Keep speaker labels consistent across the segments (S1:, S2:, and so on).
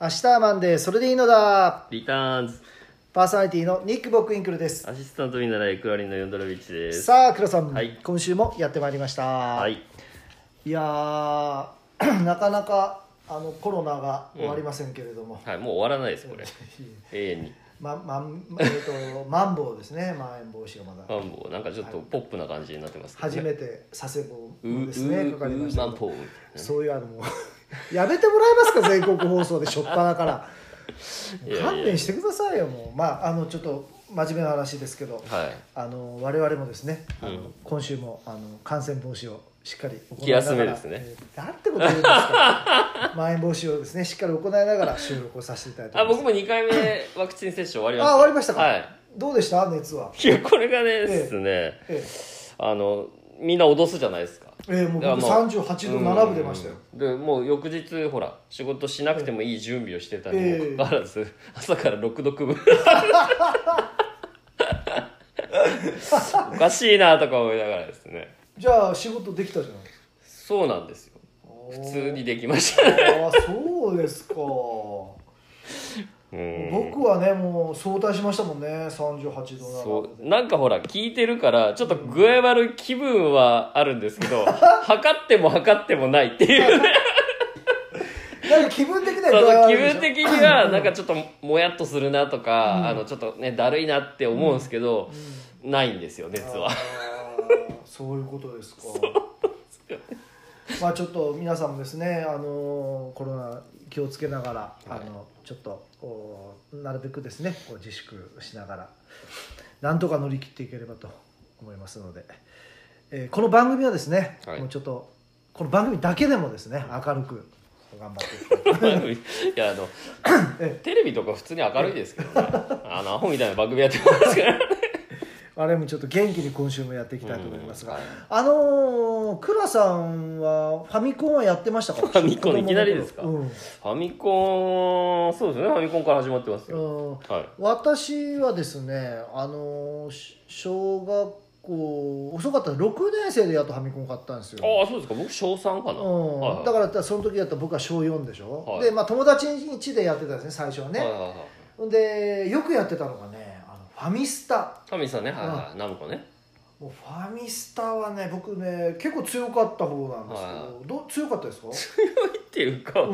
S1: 明日はマンデーそれでいいのだ
S2: リターンズ
S1: パーソナリティのニック・ボックインクルです
S2: アシスタント見習いクラリンのヨンドラビッチです
S1: さあ黒さん、
S2: はい
S1: 今週もやってまいりました、
S2: はい
S1: い、やー なかなかあのコロナが終わりませんけれども、
S2: はいもう終わらないですこれ永遠に
S1: ままんえー、と マンボウですねまん延防止がま
S2: マ
S1: だ
S2: ンボウなんかちょっとポップな感じになってますけどね
S1: 初めて佐世
S2: うう
S1: 保
S2: う
S1: ですねかかりました
S2: マ
S1: け
S2: ン
S1: ど
S2: ボウ
S1: そういうあの もうやめてもらえますか全国放送でしょっぱなから
S2: いやいや
S1: 勘弁してくださいよもうまああのちょっと真面目な話ですけど
S2: は
S1: あの我々もですね、あの
S2: うん
S1: 今週もあの感染防止をしっかり行
S2: 気休めですね
S1: えーなんてこと言うんです かまん延防止をですねしっかり行いながら収録をさせていただいて
S2: あ
S1: ます
S2: 僕も2回目ワクチン接種終わりました
S1: あ終わりましたか、
S2: はい
S1: どうでした熱はい
S2: やこれがね
S1: ええ
S2: ですね
S1: え
S2: あのみんな脅すじゃないですか
S1: えええもう
S2: いや
S1: 僕
S2: もう
S1: 38度並ぶでましたよ
S2: うんでもう翌日ほら仕事しなくてもいい準備をしてたにもかかわらず、 朝から6度くぶおかしいなとか思いながらですね
S1: じゃあ仕事できたじゃない
S2: そうなんですよ
S1: 普
S2: 普通にできました
S1: ああそうですか
S2: うん
S1: 僕はねもう早退しましたもんね38度
S2: そ
S1: 並ぶ
S2: うなんかほら聞いてるからちょっと具合悪い気分はあるんですけ ど測っても測ってもないっていう
S1: なんか気分的には
S2: そ
S1: 具合
S2: の
S1: 悪
S2: 気
S1: いでしょ
S2: 分的にはなんかちょっともやっとするなとか、あのちょっとねだるいなって思うんですけど、ないんですよ熱は
S1: あーそういうことですかまあちょっと皆さんもですねあのーコロナ気をつけながら、あのちょっとこうなるべくですねこう自粛しながらなんとか乗り切っていければと思いますので、えーこの番組はですね、
S2: はい
S1: もうちょっとこの番組だけでもですね明るく頑張っていきたいと
S2: いやあの
S1: え
S2: テレビとか普通に明るいですけどねあのアホみたいな番組やってますから
S1: 我々もちょっと元気に今週もやっていきたいと思いますが、
S2: うんはい
S1: あのー、倉さんはファミコンはやってましたかフ
S2: ァミコンいきなりですか
S1: うん
S2: ファミコンそうですねファミコンから始まってますよ、
S1: うん
S2: はい
S1: 私はですね、あのーし小学校遅かった6年生でやっとファミコン買ったんですよ
S2: ああそうですか僕小3かな、
S1: うん
S2: はいはい
S1: だからその時だったら僕は小4でしょ、
S2: はい
S1: で、まあ、友達ん家でやってたんですね最初はね、
S2: はいはいはい
S1: でよくやってたのがねあのファミスタ
S2: 神さんね、はいはい、ナムコね。
S1: もうファミスタはね僕ね結構強かった方なんですけど,、
S2: はい
S1: どう強かったです か
S2: っていうか、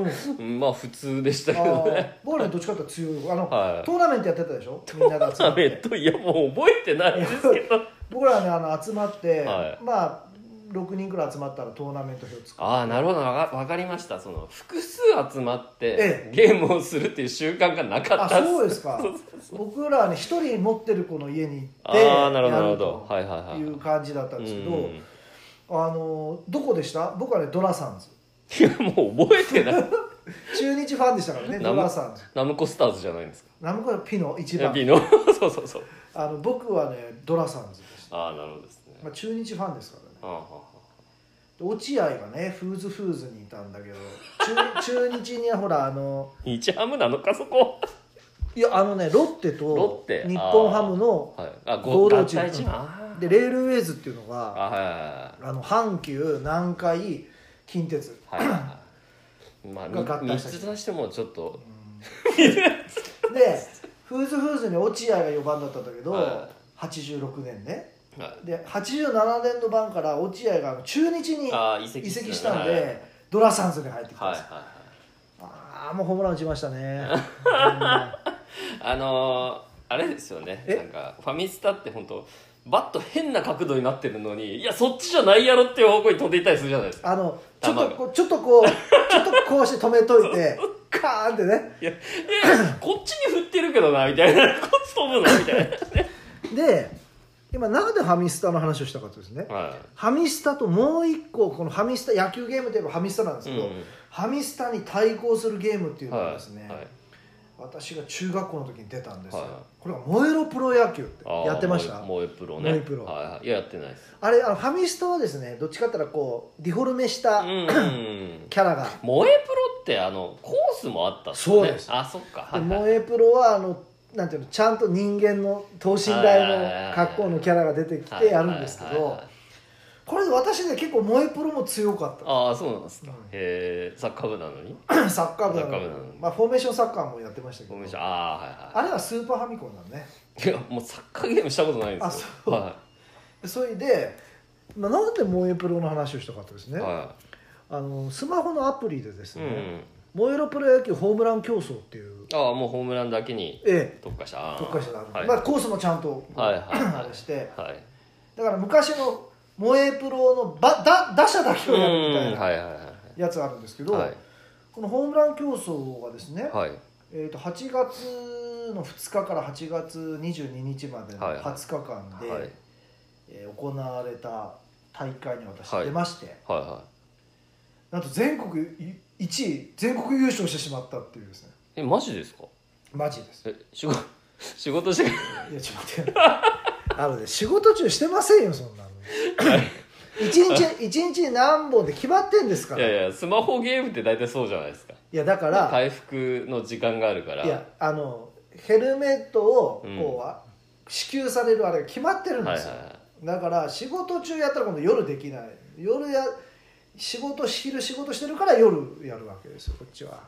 S2: まあ普通でしたけ
S1: あ
S2: ど
S1: ー
S2: ね。
S1: ボールのどっちかっていうと強い方あの、
S2: はい
S1: トーナメントやってたでしょみんなで集まっ
S2: ダメ
S1: て
S2: といやもう覚えてないですけど。
S1: 僕らはねあの集まって、
S2: は
S1: まあ6人くらい集まったらトーナメント表作る
S2: ああなるほどわかわかりましたその複数集まって
S1: え
S2: ゲームをするっていう習慣がなか
S1: あ
S2: ったっ
S1: そうですか僕らはね一人持ってる子の家に行って
S2: あーなるほど
S1: や
S2: なるほどはいはいはい
S1: という感じだったんですけど、
S2: うん
S1: あのどこでした僕はねドラサンズ
S2: いやもう覚えてない
S1: 中日ファンでしたからね
S2: ナ
S1: ド
S2: ム
S1: ラサンズ
S2: ナムコスターズじゃないんですか
S1: ナムコはピノ一
S2: いや
S1: 番
S2: ビノ そうそうそう
S1: あの僕はねドラサンズでし
S2: ああなるほどですね
S1: た、まあ、中日ファンですからね
S2: あああ
S1: で落合がねフーズフーズにいたんだけど中 中日にはほらあの
S2: あ日ハムなのかそこ
S1: いやあのねロッテ
S2: ロ
S1: と
S2: ッテ
S1: 日本ハムの
S2: はいあ
S1: 合
S2: 合
S1: 同
S2: 同
S1: チーム
S2: 体チームあ
S1: でレールウェイズっていうの
S2: あ
S1: が
S2: あはいはい
S1: あの阪急南海近鉄
S2: はいはいはいまあ
S1: が合体
S2: 3
S1: した
S2: つ出してもちょっと
S1: でフーズフーズに落合が4番だったんだけど、
S2: は
S1: 86年ね
S2: は
S1: で87年度版から落合があの中日に
S2: いああ移籍
S1: 移籍したんで、
S2: はいはい
S1: ドラサンズに入ってきたん
S2: は
S1: で
S2: い
S1: す、
S2: はい
S1: ああもうホームラン打ちましたね
S2: あのー、あれですよね
S1: え
S2: なんかファミスタって本当バット変な角度になってるのにいやそっちじゃないやろっていう方向に飛んでいったりするじゃないですか
S1: あのちょっ
S2: 球が
S1: とこうちょっとこうちょっとこうして止めとい てカーンってね
S2: いやいやこっちに振ってるけどなみたいな こっち飛ぶなみたいな、
S1: で今なんでファミスタの話をしたかというとです ね、
S2: は
S1: ファミスタともう一個このファミスタ野球ゲームといえばファミスタなんですけど、
S2: うんうん
S1: ファミスタに対抗するゲームってい
S2: いう
S1: のが
S2: は
S1: ですね、
S2: いはい
S1: 私が中学校の時に出たんですよ、
S2: はい
S1: これが「燃えろプロ野球」って
S2: あー
S1: やってました
S2: もうもうプロね
S1: もうプロ
S2: はいはい、いややってないです
S1: あれあのファミスタはですねどっちかって言ったらこうディフォルメした
S2: うんうんうん
S1: キャラが、
S2: 萌えプロってあのコースもあったっすね
S1: そうです
S2: あそっかは
S1: で
S2: いはい
S1: 萌えプロはあのなんていうのちゃんと人間の等身大の格好のキャラが出てきてやるんですけ
S2: はいはいはい
S1: ど
S2: はい
S1: これ私ね結構萌えプロも強かった
S2: ああそうなんですか、
S1: うん
S2: へえサッカー部なのに
S1: サッカー部な
S2: サッカ
S1: の
S2: ー部なのに
S1: まあ、フォーメーションサッカーもやってましたけ
S2: ご
S1: ど
S2: めんなさいああ
S1: あれはスーパーファミコンなのね
S2: はいはいいやもうサッカーゲームしたことないんですよ
S1: あそう
S2: は
S1: それで、まあ、なんで萌えプロの話をしたかったです
S2: い
S1: ね、
S2: は
S1: あのスマホのアプリでです
S2: い、う
S1: ね
S2: ん、
S1: 「萌えろプロ野球ホームラン競争」っていう、
S2: ああもうホームランだけに
S1: ええ
S2: 特化した
S1: 特化してある、
S2: はい
S1: まあ、コースもちゃんと、
S2: はいはいはい
S1: あれして
S2: はい
S1: だから昔の萌えプロのばだ打者だけをやるみた
S2: う
S1: い
S2: ん
S1: な
S2: はいはいは
S1: やつがあるんですけ
S2: い
S1: ど、
S2: はい
S1: このホームラン競争がですね、
S2: はい
S1: えー、と8月の2日から8月22日までの
S2: はいはい
S1: 20日間で、
S2: はい
S1: えー行われた大会に私
S2: はい
S1: 出まして、
S2: はいはい
S1: なんと全国1位全国優勝してしまったっていうですね
S2: えマジですか
S1: マジです
S2: え仕事 仕事して
S1: いやちょっと待って あのね仕事中してませんよそんなの一日一日に何本で決まってんですか
S2: い
S1: らいや
S2: やいやスマホゲームって大体そうじゃないですか
S1: だから
S2: 回復の時間があるから
S1: いやあのヘルメットをこう、あ支給されるあれが決まってるん
S2: はい
S1: で
S2: は
S1: す
S2: い
S1: よ、だ
S2: は
S1: から仕事中やったら今度夜できない夜や仕事昼仕事してるから夜やるわけですよこっちは、
S2: まあ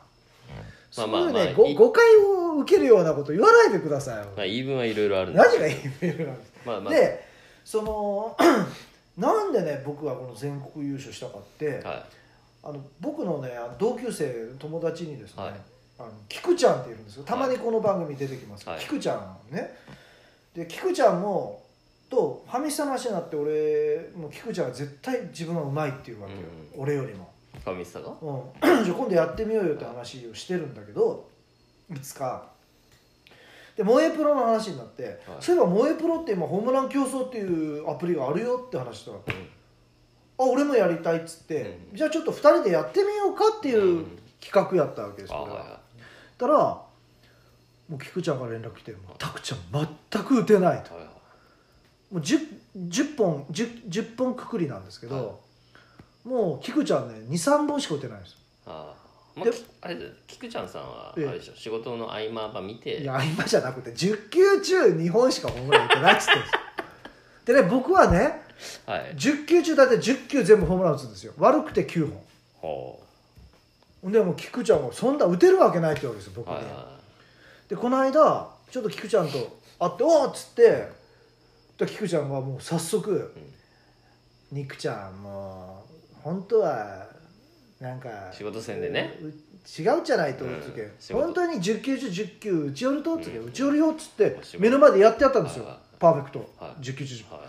S1: そう
S2: まあ
S1: いうね、
S2: まあ
S1: ご
S2: い
S1: 誤解を受けるようなこと言わないでくださいよ、
S2: いまあ言い分はいろいろあるんです
S1: 何がいいメールなんですか、
S2: まあまあ
S1: でその なんでね僕はこの全国優勝したかって、
S2: は
S1: あの僕のねあの同級生友達にですね、
S2: はい
S1: あの菊ちゃんっているんですよたまにこの番組出てきますけど、
S2: はい
S1: 菊ちゃんねで菊ちゃんもとファミスタの話になって俺もう菊ちゃんは絶対自分はうまいっていうわけよ、
S2: う
S1: 俺よりも、
S2: い神下が
S1: うん、 じゃあ今度やってみようよって話をしてるんだけどいつかで萌えプロの話になって、そういえば萌えプロって今ホームラン競争っていうアプリがあるよって話したら、あ俺もやりたいっつって、
S2: うん
S1: じゃあちょっと2人でやってみようかっていううん企画やったわけです
S2: あ
S1: よ、
S2: は
S1: そ
S2: い
S1: れは
S2: は
S1: たらもう菊ちゃんから連絡来て「たくちゃん全く打てない」と
S2: いはいはい
S1: もう 10, 10本 10, 10本くくりなんですけど、
S2: は
S1: もう菊ちゃんね23本しか打てないんですよ
S2: あーまあ
S1: で
S2: きあれだよ菊ちゃんさんはあ
S1: ええ
S2: れでしょ仕事の合間は見て
S1: いや今じゃなくて10球中2本しかホームラン打てないっつってんです よでね僕はね
S2: はい
S1: 10球中大体10球全部ホームラン打つんですよ悪くて9本
S2: ほ
S1: ほんでもう菊ちゃんもそんな打てるわけないってわけですよ僕
S2: う
S1: に、
S2: はいは
S1: でこの間ちょっと菊ちゃんと会って「おーっつってで菊ちゃんがもう早速
S2: うん
S1: 「肉、ちゃんもう本当はなんか
S2: い仕事戦でね
S1: う違うじゃないと」つけ、
S2: うん仕事
S1: 本当に10球中10球打ち寄ると」つけ、
S2: うん
S1: 打ち寄るよ」っつって
S2: お仕事
S1: 目の前でやってやったんですよ、
S2: はいはい
S1: パーフェクト、
S2: はい
S1: 10球中10
S2: はい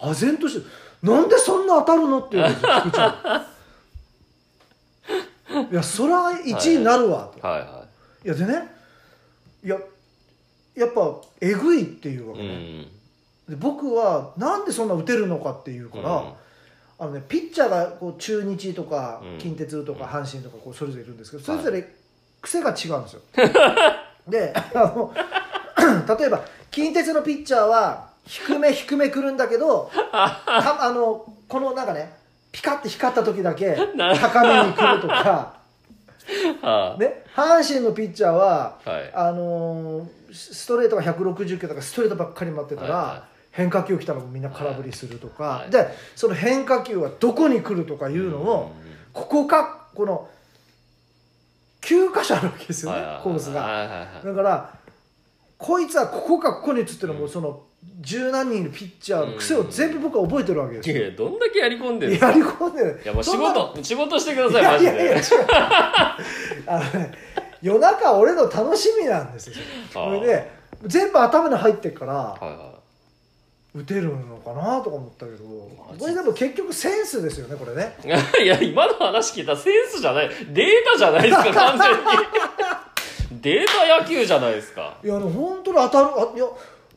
S1: 唖然として「なんでそんな当たるの?」って 言うんですよ菊ちゃんいやそりゃ1位になるわと、、
S2: はいはい
S1: やでねいややっぱえぐいっていうわ
S2: い
S1: け
S2: う
S1: ね、
S2: ん
S1: で僕はなんでそんな打てるのかっていうから、
S2: うん
S1: あのね、ピッチャーがこう中日とか
S2: うん
S1: 近鉄とか阪神とかこうそれぞれいるんですけどそ
S2: は
S1: れ
S2: い
S1: ぞれ癖が違うん ですよ。であの 例えば近鉄のピッチャーは低め低めくるんだけどたあのこのなんかねピカって光った時だけ
S2: な
S1: 高めにくるとか、
S2: は
S1: ね、阪神のピッチャーは、
S2: いはい
S1: あのースストレートが160キロとかストレートばっかり待ってたら。
S2: はいはい
S1: 変化球来たらもうみんな空振りするとか、
S2: はいはい
S1: でその変化球はどこに来るとかいうのを、
S2: うん
S1: ここかこの9箇所あるわけですよね、
S2: はいはい
S1: コースが、
S2: はいはいはい
S1: だからこいつはここかここに打つっていうのも、その十何人のピッチャーの癖を全部僕は覚えてるわけです
S2: い
S1: よ、
S2: やどんだけやり込んでるんですか
S1: やり込んでる
S2: いやもう仕
S1: そんなの
S2: 事仕事してくださいマジ
S1: いやいやいや違
S2: で
S1: うあのね夜中俺の楽しみなんですよそれで全部頭に入ってるから
S2: はいは
S1: 打てるのかなとか思ったけど
S2: マジ
S1: これでも結局センスですよねこれね
S2: い いや今の話聞いたらセンスじゃないデータじゃないですか 完全にデータ野球じゃないですか
S1: いやあの本当に当たるあいや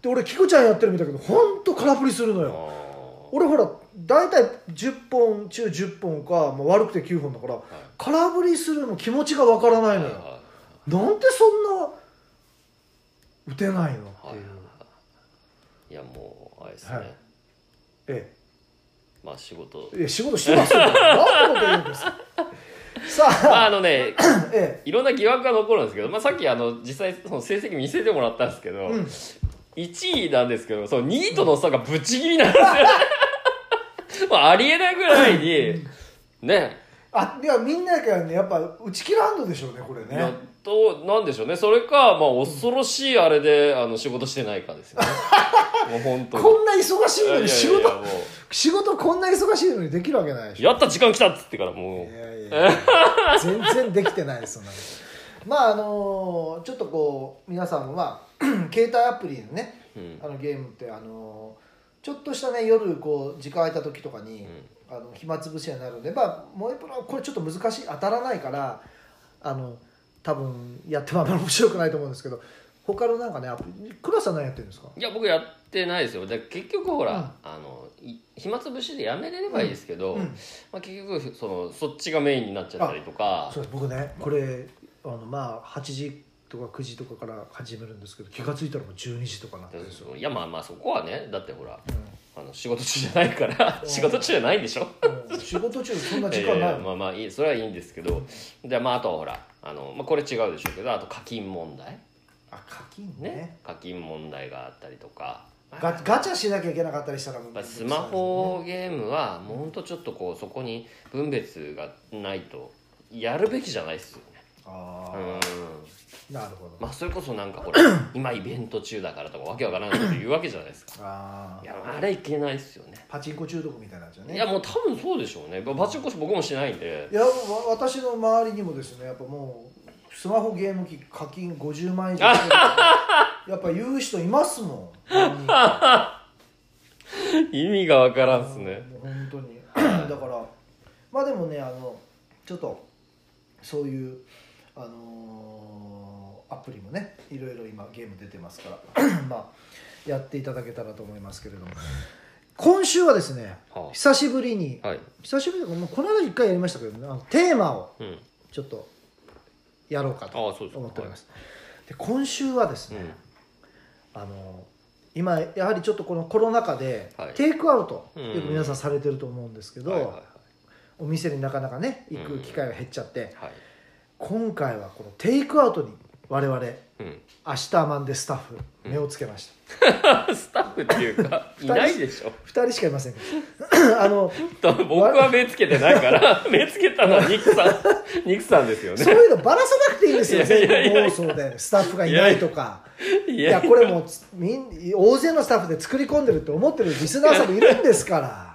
S1: で俺菊ちゃんやってるみたいだけど本当空振りするの
S2: あ
S1: よ
S2: ー
S1: 俺ほら大体10本中10本か、まあ、悪くて9本だから空振りするの気持ちがわからない
S2: はい
S1: の
S2: はい
S1: よ、
S2: は
S1: なんでそんな打てないのって
S2: いはい
S1: いう、
S2: いやもうあれですね、
S1: はいえ
S2: まあ仕事
S1: えいや仕事して ますよ何のこと言うんですかさ
S2: まあ
S1: あ、
S2: あのね
S1: え
S2: いろんな疑惑が残るんですけど、まあ、さっきあの実際その成績見せてもらったんですけど、
S1: えうん、
S2: 1位なんですけどその2位との差がぶち切りなんです よまあ、ありえないぐらいに、ね、
S1: あいやみんなやからねやっぱ打ち切らんのでしょうねこれ
S2: いや
S1: ね
S2: どうなんでしょうね。それか、まあ、恐ろしいあれで、あの、仕事してないかです よね。もう本当に。
S1: こんな忙しい
S2: いや
S1: の
S2: いやいや
S1: に仕事
S2: もう
S1: 仕事こんな忙しいのにできるわけないでしょ
S2: やった時間来たっつってからも、
S1: いうやいやいや全然できてないですそんなことまああのーちょっとこう皆さんもまあ 携帯アプリのね
S2: うん
S1: あのゲームってあのーちょっとしたね夜こう時間空いた時とかに、あの暇つぶしになるのでまあ萌えプロはこれちょっと難しい当たらないからあの多分やってもあんまり面白くないと思うんですけど他のなんかねアプリ黒田さん何やってるんですか
S2: いや、僕やってないですよ。で結局ほら、
S1: うん
S2: あの、い暇つぶしでやめれればいいですけど、
S1: うん
S2: まあ、結局、その、そっちがメインになっちゃったりとか
S1: そ、うです僕ねこれあのまあ8時とか9時とかから始めるんですけど気が付いたらもう12時とかなってるんですよ、
S2: いや、まあまあ、そこはね、だってほら、
S1: うん
S2: あの、仕事中じゃないから、
S1: うん
S2: 仕事中じゃないんでしょ
S1: うん仕事中そんな時間ないい
S2: やいや
S1: の
S2: まあまあいいそれはいいんですけどでまああとはほらあの、まあ、これ違うでしょうけどあと課金問題
S1: あ課金
S2: ね
S1: ね
S2: 課金問題があったりとか
S1: ガガチャしなきゃいけなかったりしたらもう
S2: まあスマホゲームはもうほんとちょっとこうそこに分別がないとやるべきじゃないっすよね
S1: ああ、
S2: うん
S1: なるほど、
S2: まあそれこそなんか ほら今イベント中だからとかわけわからないこと言うわけじゃないですか
S1: あ
S2: い
S1: あ
S2: やあれいけないっすよね
S1: パチンコ中毒みたいなんじゃね
S2: いやもう多分そうでしょうねばバチココ僕もしないんで
S1: いやわ私の周りにもですねやっぱもうスマホゲーム機課金50万円以上してるやっぱ言う人いますもん何人か
S2: 意味がわからんっすね
S1: もう本当にだからまあでもねあのちょっとそういうあのーアプリもねいろいろ今ゲーム出てますから まあやっていただけたらと思いますけれども今週はですね
S2: はあ
S1: 久しぶりに
S2: はい
S1: 久しぶりにもうこの間一回やりましたけどねあのテーマを
S2: うん
S1: ちょっとやろうかと
S2: ああそうですか
S1: 思っておりますで今週はです
S2: う
S1: ね、
S2: ん
S1: あの今やはりちょっとこのコロナ禍で、
S2: はい
S1: テイクアウト
S2: うん
S1: よく皆さんされてると思うんですけど、
S2: はいはいはい
S1: お店になかなかね行く機会が減っちゃって、
S2: はい。
S1: 今回はこのテイクアウトに我々
S2: うん。
S1: 明日マンデースタッフ
S2: うん
S1: 目をつけました、
S2: スタッフっていうか、 い
S1: 人
S2: ないでしょ。
S1: 2人しかいませんけどあの
S2: と 僕は目つけてない から、目つけたのはニクさ ん、ニクさんですよ
S1: そう
S2: ね。
S1: いうのばらさなくていいんですよ
S2: いやい
S1: 全
S2: やいや
S1: 国放送でスタッフがいないとか
S2: い
S1: いや
S2: や、
S1: これもうみん大勢のスタッフで作り込んでるって思ってるリスナーさんもいるんですから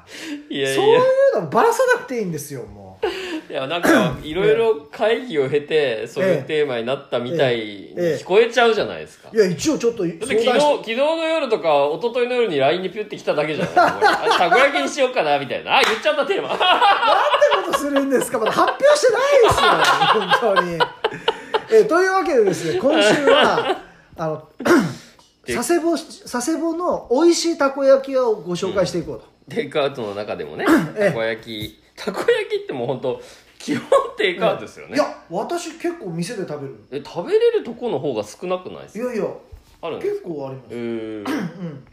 S2: いやい
S1: そうい
S2: や
S1: う、のばらさなくていいんですよもう
S2: いやな んか、いろいろ会議を経て、そういうテーマになったみたいに聞こえちゃうじゃないですか。
S1: いや一応ちょっと相
S2: だっ
S1: 談
S2: て
S1: して
S2: 昨日、昨日の夜とか、一昨日の夜に LINE にピュって来ただけじゃない 俺たこ焼きにしようかな、みたいな。あ、言っちゃったテーマ。
S1: なんてことするんですかまだ発表してないですよ本当にえというわけでですね今週 はあの佐世保佐世保の美味しいたこ焼き屋をご紹介していこうと、
S2: テイクアウトの中でもね、
S1: ええ
S2: たこ焼き、たこ焼きってもう本当基本テイクアウトですよね
S1: い。や私結構店で食べる
S2: え食べれるとこの方が少なくないです
S1: いやいや
S2: あるんです
S1: 結構あります、
S2: えー、
S1: うん、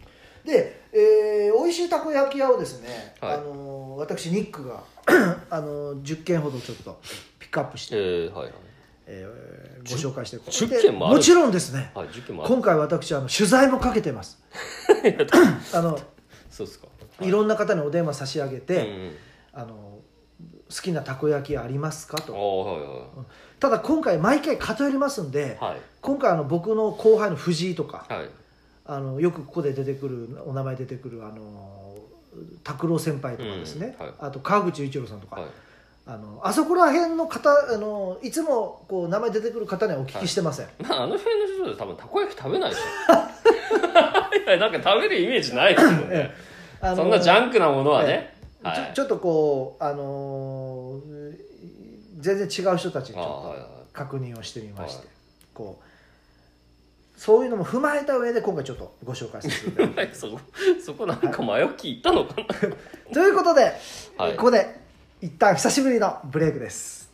S1: で、えー美味しいたこ焼き屋をですね、
S2: はい
S1: あのー私ニックが あのー10軒ほどちょっとピックアップして、
S2: えー、はい
S1: えーご紹介していこう
S2: 10
S1: で
S2: 件もある
S1: もちろんですね
S2: はいはい受験もある
S1: 今回私あの取材もかけて ますあの
S2: そうですか
S1: いろんな方にお電話差し上げ
S2: うんう
S1: て、
S2: ん
S1: あの好きなたこ焼きありますか
S2: あー
S1: と
S2: はい
S1: ただ今回毎回偏りますんで、
S2: はい
S1: 今回あの僕の後輩の藤井とか
S2: はいはい
S1: あのよくここで出てくるお名前出てくるあの拓郎先輩とかですね、
S2: うんはい
S1: あと川口一郎さんとか、
S2: はい
S1: あのあそこら辺の方あのいつもこう名前出てくる方にはお聞きしてません、
S2: まああの辺の人で多分たこ焼き食べないでしょ いやなんか食べるイメージないですもんね
S1: えあの
S2: そんなジャンクなものはね、
S1: ちょ
S2: はい
S1: ちょっとこうあのー全然違う人たちにち
S2: あ
S1: ょっ
S2: ーはい
S1: と
S2: は
S1: 確認をしてみまして、
S2: はい
S1: こうそういうのも踏まえた上で今回ちょっとご紹介させてい ただき
S2: いはい そこそこなんか前置きいったのか
S1: ますということで、
S2: なはい
S1: ここで一旦久しぶりのブレイクです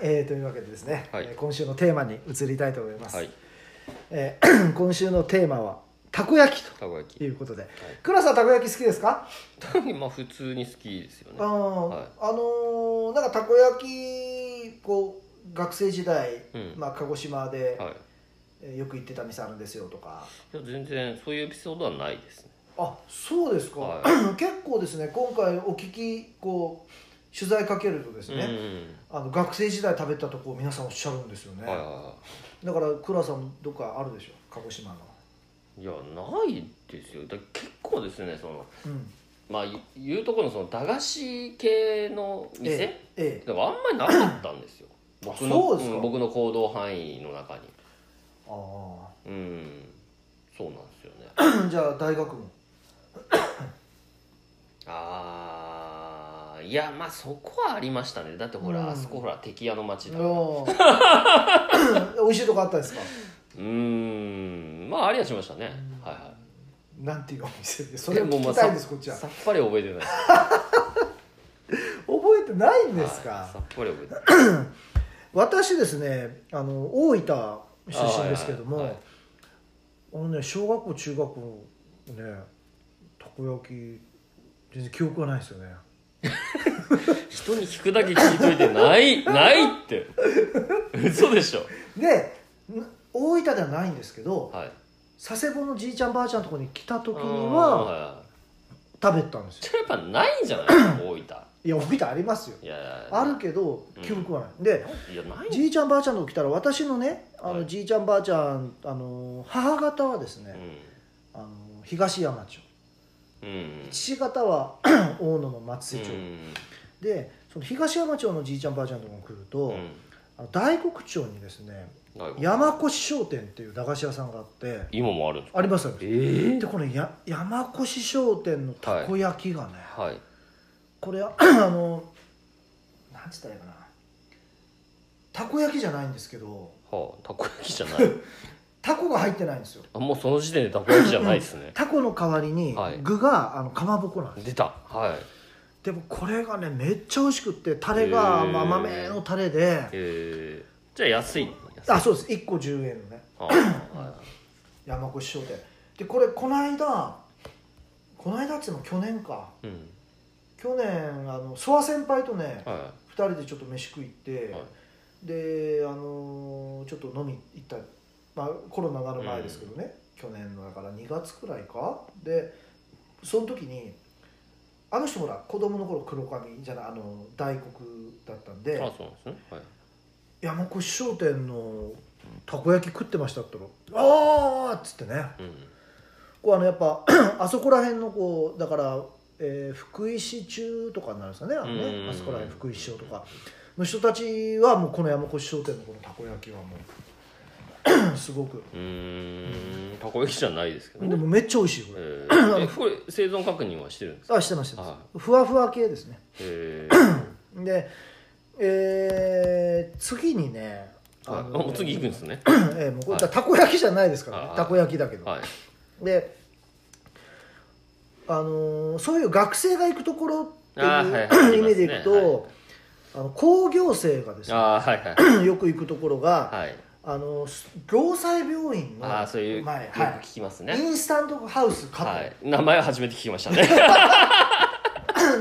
S3: 「
S1: えーというわけでですね、
S2: はい
S1: えー今週のテーマに移りたいと思います、
S2: はい
S1: えー 今週のテーマはたこ焼き
S2: たこ焼
S1: と
S2: き
S1: いうことで倉さんたこ焼き好きですか
S2: まあ普通に好きですよね
S1: あー、
S2: はい
S1: あのーなんかたこ焼きこう学生時代、
S2: うん
S1: まあ、鹿児島で、
S2: はい
S1: えーよく行ってた店あるんですよとか
S2: いや全然そういうエピソードはないですね
S1: あそうですか、
S2: は
S1: 結構ですね今回お聞きこう取材かけるとですね、あの学生時代食べたとこを皆さんおっしゃるんですよ
S2: う
S1: ね、
S2: んはいはいは
S1: だから倉さんどっかあるでしょ鹿児島の
S2: いいやないですよだ結構ですねその
S1: うん
S2: まあ言う言うところのその駄菓子系の店、
S1: ええええ
S2: だからあんまりなかったん ですよ僕の
S1: そうですか
S2: ん僕の行動範囲の中に
S1: あ
S2: うんそうなんですよね
S1: あじゃあ大学も
S2: あーいやまあそこはありましたねだってほら、
S1: うん
S2: あそこほら敵屋の町だう
S1: お ー美味しいとこあったんですか
S2: ーんまあありはしましたね
S1: うん
S2: はいは
S1: なんていうお店で
S2: い
S1: それも
S2: も
S1: 聞
S2: まあ
S1: きたい
S2: さ
S1: んですこっちは
S2: さっぱり覚えてない
S1: 覚えてないんですか、
S2: はいさっぱり覚えてない
S1: 私ですねあの大分出身ですけどもあ,、
S2: あはいはいはい
S1: のね小学校中学校ねたこ焼き全然記憶がないんですよね
S2: 人に聞くだけ聞いといて ないないって嘘でしょ
S1: でん大分ではないんですけど
S2: はい
S1: 佐世保のじいちゃんばあちゃんのとこに来た時に
S2: うん
S1: はい
S2: はい
S1: 食べたんですよ
S2: それやっぱないんじゃないですか大分
S1: いや大分ありますよ
S2: いやいや
S1: あるけど
S2: うん
S1: 記憶がない、で
S2: いやない
S1: じいちゃんばあちゃんのとこ来たら私のねあ
S2: は
S1: の
S2: い
S1: じいちゃんばあちゃんあの母方はですね、
S2: う
S1: あの東山町
S2: んうん
S1: 父方は 大野の松井町、
S2: うん
S1: でその東山町のじいちゃんばあちゃんのとこに来ると、
S2: うん
S1: あの大黒町にですね
S2: ないわ
S1: 山越商店っていう駄菓子屋さんがあって
S2: 今もあるんですか
S1: ありますよね
S2: え
S1: でこのや山越商店のたこ焼きがね、
S2: はい
S1: これは あのなんつったらいいかなたこ焼きじゃないんですけど
S2: はあたこ焼きじゃない
S1: たこが入ってないんですよ
S2: あもうその時点でたこ焼きじゃないですね
S1: たこの代わりに
S2: はい
S1: 具があのかまぼこなんです
S2: 出たはい
S1: でもこれがねめっちゃ美味しくってタレが
S2: へー
S1: まあ甘めのタレで
S2: えー、じゃあ安い安い
S1: あそうです1個10円のね
S2: あーは
S1: 山越商店でこれこの間この間っつうの去年か
S2: いうん
S1: 去年あの諏訪先輩とね
S2: は
S1: 2人でちょっと飯食い行って、
S2: はい
S1: であのーちょっと飲み行った、まあ、コロナになる前ですけどね、去年のだから2月くらいかでその時にあの人ほら子供の頃黒髪じゃないあの大黒だったん
S2: い
S1: で
S2: あそうなんですねはい
S1: 山越商店のたこ焼き食ってましたって言ったら「ああ!」っつってね
S2: うん
S1: こうあのやっぱ あそこら辺のこうだから、えー福井市中とかになるんですかねあの
S2: うんうんう
S1: ね
S2: ん
S1: あそこら辺福井市町とかの人たちはもうこの山越商店のこのたこ焼きはもう すごく
S2: うーんたこ焼きじゃないですけど
S1: で
S2: ね
S1: もめっちゃ美味しいこれ
S2: えー、えこれ生存確認はしてるんですか
S1: あしてました、
S2: は
S1: ふわふわ系ですね
S2: えー、
S1: でえー次にね
S2: はいあ
S1: の
S2: もう次行くんですね
S1: えーもうこれたこ焼きじゃないですからね、
S2: はい
S1: たこ焼きだけど、
S2: はい
S1: であのーそういう学生が行くところっていう、
S2: あーはい はい
S1: 意味でいくと、
S2: ありますね
S1: あの工業生がですね
S2: ああはいは い
S1: よく行くところが、
S2: はい
S1: あのす労災病院の
S2: ああそういう、
S1: 前
S2: よく
S1: は
S2: 聞きます
S1: い、イ
S2: ね、
S1: ンスタントハウス加藤、
S2: はい、名前は初めて聞きま した ね
S1: で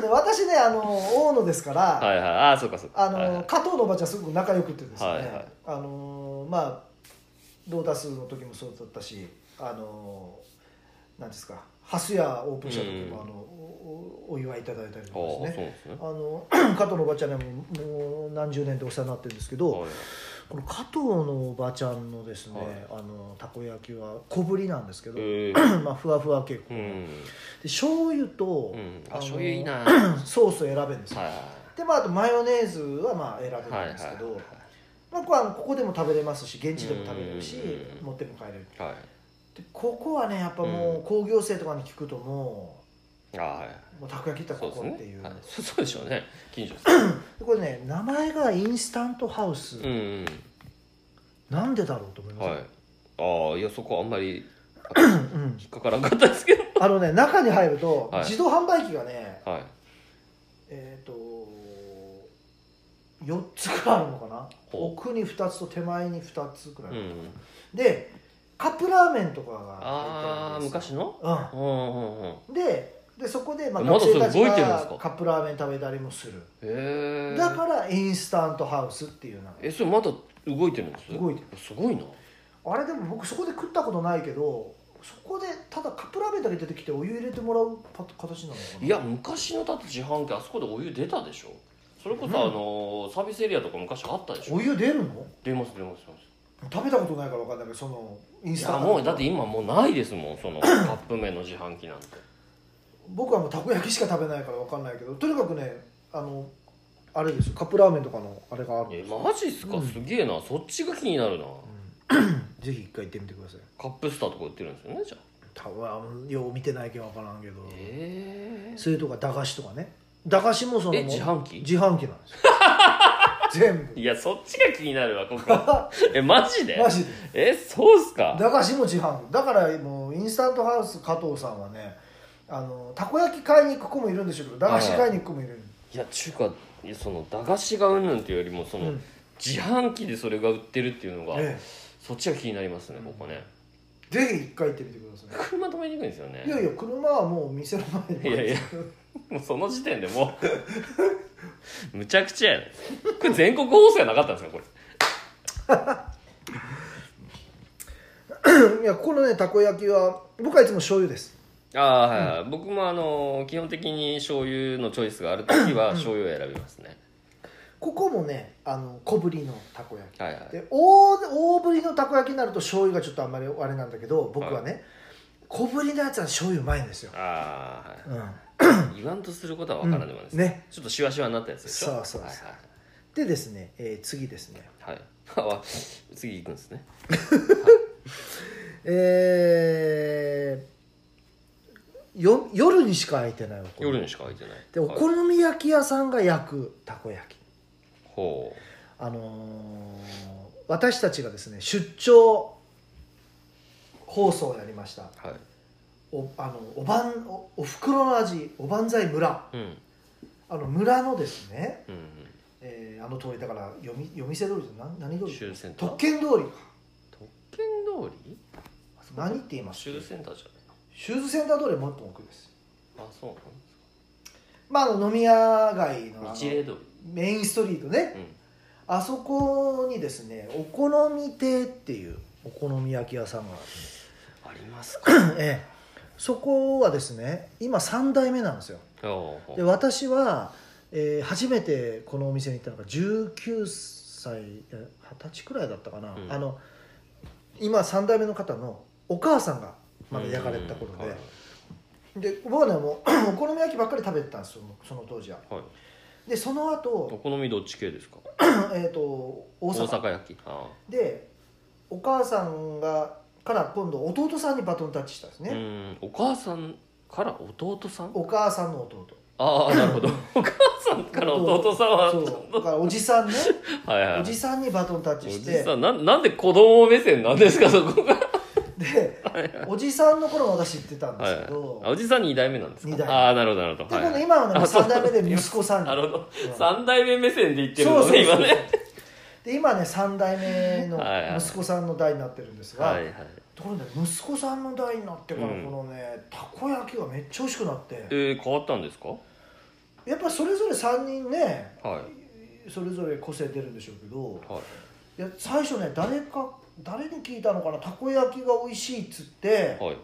S1: 私ねあの大野ですから、
S2: はいはいああそうかそうか
S1: あの
S2: はいはい
S1: 加藤のおばちゃんすごく仲良くてですね、
S2: はいはい
S1: あのまあロータスの時もそうだったしあのなんですかハスヤオープンした時も、
S2: うん
S1: あのおおお祝いいただいたりと
S2: ああ
S1: か
S2: そう
S1: で
S2: なん
S1: すね
S2: ですね
S1: あの 加藤のおばちゃんにはもうもう何十年ってお世話になってるんですけど、
S2: はい
S1: この加藤のおばちゃんのですね、
S2: はい
S1: あのたこ焼きは小ぶりなんですけど、
S2: えー
S1: まあふわふわ結構、
S2: う
S1: で
S2: ん、
S1: 醤油と、
S2: うん、
S1: あの
S2: あ醤油いいなはい
S1: ソースを選べるんですよ、でまあ、あとマヨネーズはまあ選べ
S2: はい
S1: るんですけど、
S2: は
S1: まあ、ここはあのここでも食べれますし現地でも食べれるし
S2: うん
S1: 持っても帰れる
S2: いはい
S1: でここはねやっぱも
S2: う
S1: う工業生とかに聞くとも
S2: ああはい、
S1: うもうたこ焼きったら
S2: そう
S1: こ
S2: です
S1: こってい
S2: ね
S1: う、
S2: はい、そ そうでしょうね近所ですね
S1: でこれね名前がインスタントハウス、
S2: うん、うん
S1: なんでだろうと思います、
S2: はいああいやそこあんまり
S1: うん
S2: 引っかからんかったです けど
S1: あのね中に入ると
S2: はい
S1: 自動販売機がね、
S2: はい
S1: えっ、と4つくらいあるのかな
S2: ほう
S1: 奥に2つと手前に2つくらい、
S2: うん
S1: でカップラーメンとかが
S2: ああ
S1: 入ってるんです
S2: 昔の
S1: よ
S2: うんうんうん
S1: うん、ででそこで、まあ、
S2: まだ
S1: 学
S2: それ
S1: 生たち
S2: 動いてるんです
S1: が
S2: か
S1: カップラーメン食べたりもする
S2: へえ
S1: だからインスタントハウスっていうな
S2: えそれまだ動いてるんです
S1: 動いて
S2: るすごいな
S1: あれでも僕そこで食ったことないけどそこでただカップラーメンだけ出てきてお湯入れてもらうパ形なのかない
S2: や昔のだって自販機あそこでお湯出たでしょそれこそ、あのサービスエリアとか昔あったでしょ
S1: お湯出るの
S2: 出ます出ます出ます
S1: 食べたことないから分かんないけどそのイン
S2: い
S1: ス
S2: や
S1: タン
S2: もう
S1: ト
S2: だって今もうないですもん そのカップ麺の自販機なんて
S1: 僕はもうたこ焼きしか食べないから分かんないけどとにかくねあのあれですよカップラーメンとかのあれがあるん
S2: え
S1: ですよ、
S2: マジっすか、
S1: うん
S2: すげえなそっちが気になるな
S1: うんぜひ一回行ってみてください
S2: カップスターとか売ってるんですよねじゃあ
S1: 多分あのよう見てないけん分からんけど、
S2: え
S1: それとか駄菓子とかね駄菓子もその
S2: え自販機
S1: 自販機なん ですよ全部
S2: いやそっちが気になる わここえマジで
S1: マジで
S2: えそうっすか
S1: 駄菓子も自販機だからもうインスタントハウス加藤さんはねあのたこ焼き買いに行く子もいるんでしょうけど駄菓子買いに行く子もいる、
S2: いや中華その駄菓子がうんぬんっていうよりもその、
S1: うん
S2: 自販機でそれが売ってるっていうのが、
S1: え
S2: そっちが気になりますねここね
S1: えぜひ一回行ってみてください
S2: 車止めに行くんですよね
S1: いやいや車はもう店の前に
S2: いやいやもうその時点でもうむちゃくちゃやねこれ全国放送やなかったんですかこれ
S1: いやこのねたこ焼きは僕はいつも醤油です
S2: ああはいはい、僕もあの基本的に醤油のチョイスがある時は醤油を選びますね、
S1: ここもねあの小ぶりのたこ焼き
S2: はいはい
S1: で大大ぶりのたこ焼きになると醤油がちょっとあんまりあれなんだけど僕はね、小ぶりのやつは醤油うまいんですよ、
S2: ああ、はい
S1: うん、
S2: 言わんとすることは分からんでもないです、
S1: うんね
S2: ちょっとシワシワになったやつでしょ
S1: そうそうそう
S2: はい
S1: でですね、えー次ですね
S2: はい、はい あ、次行くんですね
S1: えーよ夜にしか開いてないお好み
S2: 夜にしか空いてない
S1: でお
S2: はい
S1: 好み焼き屋さんが焼くたこ焼き
S2: ほ
S1: あのー私たちがですね出張放送をやりました
S2: うはい
S1: おあのおばんおお袋の味おばんざい村
S2: うん
S1: あの村のですね、
S2: うん
S1: えーあの通りだから夜み夜店通りって何何
S2: う
S1: 通
S2: ん
S1: り
S2: 終戦
S1: 特権通り
S2: 特権通り
S1: 何って言います
S2: シューセンターじ
S1: シューズセンター通りはもっと奥です
S2: ゃないあそう
S1: まああの飲み屋街の
S2: な
S1: あ
S2: の
S1: の
S2: 一例通り
S1: メインストリートね
S2: うん
S1: あそこにですねお好み亭っていうお好み焼き屋さんがあるんです
S2: ありますか
S1: ええ、そこはですね今3代目なんですよ
S2: お
S1: で
S2: ー
S1: 私は、えー初めてこのお店に行ったのが19歳え二十歳くらいだったかな、
S2: うん
S1: あの今3代目の方のお母さんがまだ焼かれてた頃で、
S2: うんはい
S1: で僕はねもう お好み焼きばっかり食べてたんですよその当時は
S2: はい
S1: でその
S2: お
S1: 後、
S2: 好みどっち系ですか
S1: えー、と大
S2: 大
S1: 阪
S2: 阪焼きあ
S1: でお母さんがから今度弟さんにバトンタッチしたんです
S2: あ、
S1: ね、
S2: うんお母さんから弟さん
S1: お母さんの弟
S2: ああなるほ どお母さんから弟さんは
S1: そうだからおじさんね
S2: はい はい
S1: おじさんにバトンタッチし
S2: おじ
S1: て
S2: さんなんなんで子供目線なんですかそこが
S1: でおじさんの頃私行ってたんですけど、
S2: あおじさん2代目なんです
S1: 二
S2: か
S1: 代目
S2: ああなるほどなるほど
S1: で今
S2: は
S1: 度
S2: い
S1: 今はね
S2: あそう
S1: 3代目で息子さん
S2: なるほど
S1: うん
S2: 3代目目線で言ってる
S1: そう
S2: の
S1: そうそう
S2: ね今ね
S1: で今ね3代目の
S2: はいはい
S1: 息子さんの代になってるんですが、
S2: はいはい
S1: ところで息子さんの代になってからこ
S2: うん
S1: のね、たこ焼きがめっちゃ美味しくなって
S2: えー、変わったんですか
S1: やっぱそれぞれ3人ね
S2: はい
S1: それぞれ個性出るんでしょうけど
S2: はい
S1: いや最初ね誰か誰に聞いたのかなたこ焼きが美味しいっつって、
S2: はい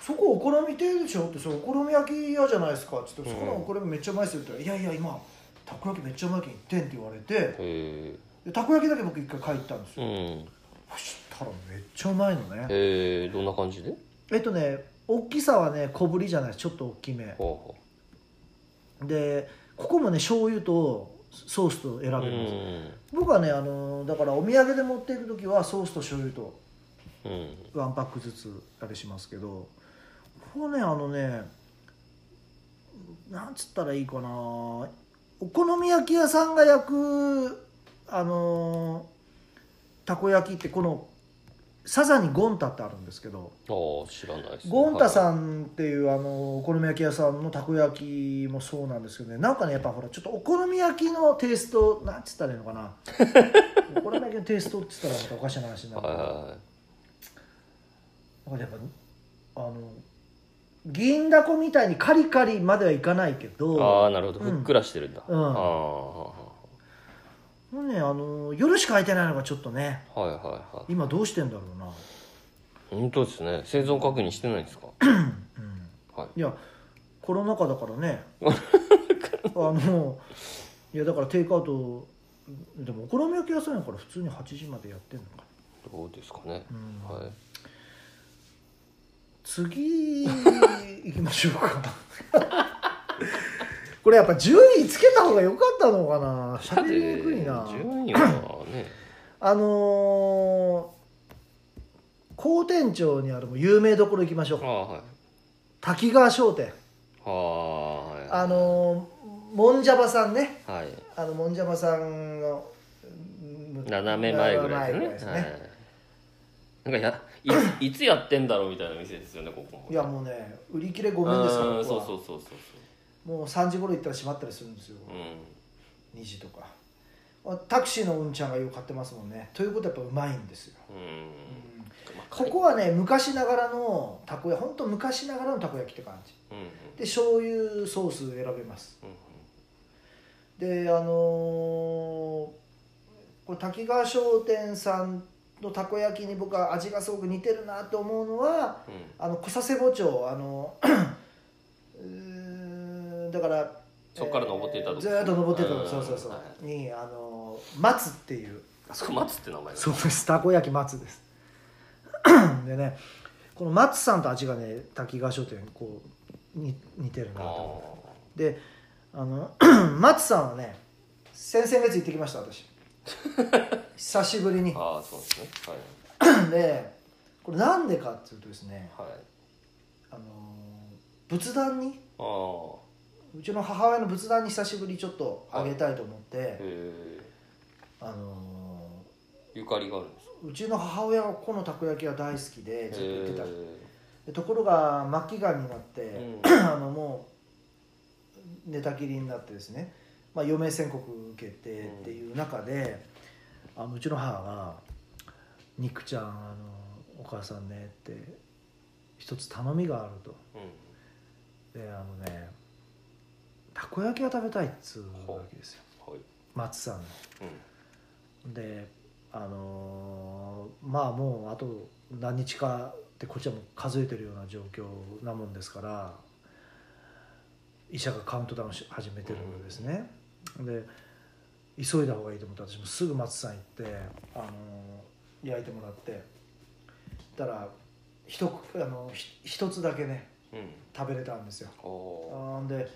S1: そこお好み亭でしょってそれお好み焼き屋じゃないですかっつって、そこのお好みめっちゃうまいっすよって言ったら「いやいや今たこ焼きめっちゃうまいけん行ってん」って言われて
S2: え
S1: でたこ焼きだけ僕一回買いに行ったんです
S2: ー、
S1: よ、
S2: うん
S1: そしたらめっちゃうまいのね
S2: えー、どんな感じで
S1: えっとね大きさはね小ぶりじゃないちょっと大きめ
S2: ほ
S1: でここもね醤油とソースと選べ
S2: う
S1: ま
S2: ほうう
S1: す、
S2: ん
S1: 僕はねあのだからお土産で持っていく時はソースと醤油と
S2: うん
S1: ワンパックずつあれしますけどこれねあのねなんつったらいいかなお好み焼き屋さんが焼くあのーたこ焼きってこのサザンにゴンタってあるんですけど
S2: ああ知らないです、
S1: ゴンタ
S2: ん、
S1: さんっていうあのお好み焼き屋さんのたこ焼きもそうなんですけどねなんかねやっぱほらちょっとお好み焼きのテイストなんつったらいいのかなお好み焼きのテイストって言ったらまたおかしな話になる
S2: はいはいはい
S1: なんかやっぱあの銀だこみたいにカリカリまではいかないけ
S2: あ
S1: ど
S2: あなるほど
S1: うん
S2: ふっくらしてるんだ、
S1: うん
S2: ああ
S1: もうねあの夜しか空いてないのがちょっとね
S2: はいはいはい
S1: 今どうしてんだろうな
S2: 本当ですね生存確認してないんですかはい
S1: いやコロナ禍だから ねあのいやだからテイクアウトでもお好み焼き屋さんやから普通に8時までやってんのか
S2: どうですかね、
S1: な、うん
S2: はい
S1: 次行きましょうか これやっぱ順位つけた方が良かったのかな喋りにくいな
S2: だって順位はね
S1: あのー、高天町にあるもう有名どころ行きましょ
S2: あ
S1: う
S2: あはい
S1: 滝川商店
S2: ああはい
S1: あのー、もんじゃばさんね
S2: はい
S1: あのもんじゃまさんのうん
S2: 斜め前ぐら
S1: 斜め前
S2: い
S1: ぐらい
S2: で
S1: ですす
S2: ね
S1: ね
S2: はいなんかやいいつやってんだろうみたいな店ですよねここも
S1: いやもうね売り切れごめんですから
S2: うん
S1: ここ
S2: そ
S1: は
S2: うそうそうそう
S1: もう3時頃行ったら閉まったりするんですよ、
S2: そううん
S1: 2時とかあタクシーのうんちゃんがよく買ってますもんねということはやっぱうまいんですよ、
S2: うんまあ
S1: ここはね昔ながらのたこ焼き本当昔ながらのたこ焼きって感じ
S2: うんうんうん
S1: で醤油ソース選べますであのーこれ滝川商店さんのたこ焼きに僕は味がすごく似てるなと思うのは
S2: うん
S1: あの小佐世保町あのうーんだから
S2: そっから登っていったとこ
S1: えーずーっと登っていったとこ
S2: うん
S1: そうそうそう、
S2: は
S1: にあの松っていう
S2: あそこ松って名前なんだ
S1: そうですたこ焼き松ですでねこの松さんと味がね滝川商店こうに似てるなと思って
S2: あ
S1: であの 松さんはね先々月行ってきました 私久しぶりに
S2: ーあーそうですねはい
S1: でこれなんでかっていうとですね
S2: はい
S1: あの仏壇に
S2: ああ
S1: うちの母親の仏壇に久しぶりにちょっとあげたいと思って、
S2: へえ
S1: あの
S2: ゆかりがあるんですか
S1: ーうちの母親はこのたこ焼きが大好きでずっと言ってた、
S2: へ
S1: でところが末期がんになって、
S2: うん
S1: あのもう寝たきりになってですね、まあ、余命宣告受けてっていう中で、うあのうちの母が「ニックちゃんあのお母さんね」って一つ頼みがあると
S2: えうん
S1: であのねたこ焼きが食べたいっつうわけですよ
S2: はい
S1: 松さんの。
S2: うん
S1: であのーまあもうあと何日かってこっちはもう数えてるような状況なもんですから医者がカウントダウンし始めてるんですね、で急いだ方がいいと思って私もすぐ松さん行って、あのー焼いてもらってたらひとあのひ一つだけね
S2: うん
S1: 食べれたんですよ
S2: お
S1: あーで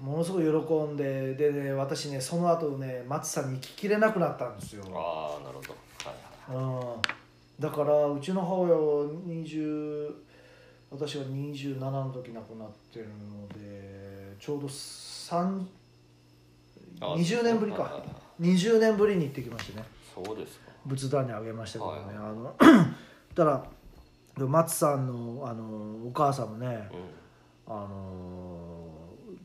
S1: ものすごい喜んででね私ねその後ね松さんに聞ききれなくなったんですよ、
S2: ああなるほどはいは
S1: うん、だからうちの母親は20私は27の時亡くなってるのでちょうど3
S2: いあー
S1: 20年ぶり
S2: はいはい
S1: か
S2: はい
S1: 20年ぶりに行ってきましたね
S2: そうですか
S1: 仏壇にあげましたけどね、
S2: はい
S1: あの たらで松さんのあのお母さんもね、
S2: うん
S1: あのー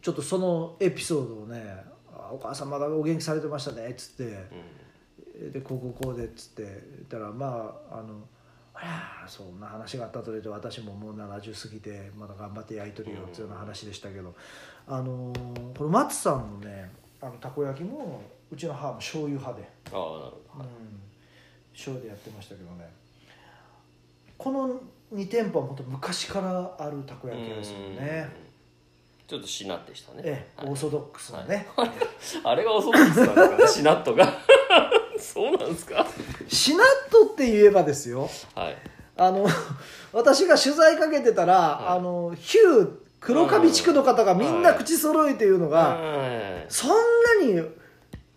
S1: ちょっとそのエピソードをね「あお母さんまだお元気されてましたね」っつって「
S2: う
S1: でこうこうこうで」っつって言ったらまああの「あらそんな話があったとで私ももう70過ぎてまだ頑張って焼いとるよ」っていうような話でしたけど、あのーこの松さんのねあのたこ焼きもうちの母も醤油派で、
S2: んああなるほ
S1: う
S2: ど
S1: ん、醤油でやってましたけどねこの2店舗は本当昔からあるたこ焼き屋ですよね。
S2: うんちょっとしなってしたね、
S1: ええ、
S2: はい
S1: オーソドックスなね、
S2: あれが遅かったんですかねしなっとがそうなんですか
S1: シナットって言えばですよ
S2: はい
S1: あの 私が取材かけてたら、
S2: はい
S1: あのヒュー黒カビ地区の方がみんな口揃えて言うのが、
S2: はい
S1: そんなに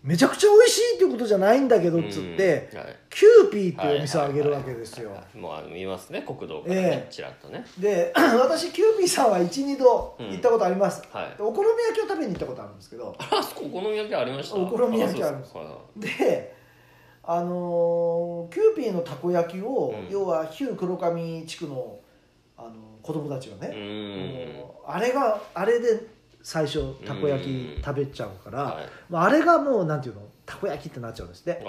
S1: めちゃくちゃ美味しいっていうことじゃないんだけどっつって、
S2: うんはい
S1: キューピーっていうお店をあげるわけですよ、
S2: もうあの見ますね国道からね、
S1: ええ
S2: ちらっとね
S1: で 私キューピーさんは12度行ったことあります、
S2: はい
S1: でお好み焼きを食べに行ったことあるんですけど
S2: あそこお好み焼きありました
S1: お好み焼きある
S2: あそうそうそうはい
S1: であのーキューピーのたこ焼きを、
S2: うん
S1: 要は旧黒髪地区のあの子供たちが
S2: う
S1: ね、
S2: ん
S1: もうあれがあれで最初たこ焼
S2: う
S1: き
S2: ん
S1: 食べちゃうから、
S2: はい
S1: まあ、あれがもうなんていうのたこ焼きってなっちゃうんですね、
S2: あ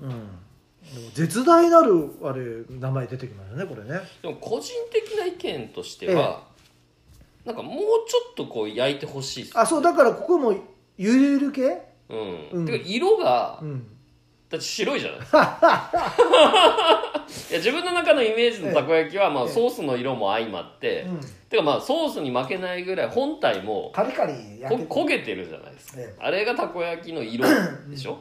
S1: うん、でも絶大なるあれ名前出てきますよねこれね
S2: ーでも個人的な意見としては、なんかもうちょっとこう焼いてほしいっす
S1: あそうだからここもゆるゆる系
S2: う
S1: う
S2: ん、
S1: ん
S2: てか色が
S1: うん
S2: だって白い じゃないですかいや自分の中のイメージのたこ焼きは、まあ、
S1: ええ
S2: ソースの色も相まって、
S1: うん
S2: てかまあソースに負けないぐらい本体も
S1: カリカリ
S2: こ
S1: 焼けて
S2: 焦げてるじゃないですか、
S1: え
S2: あれがたこ焼きの色でしょ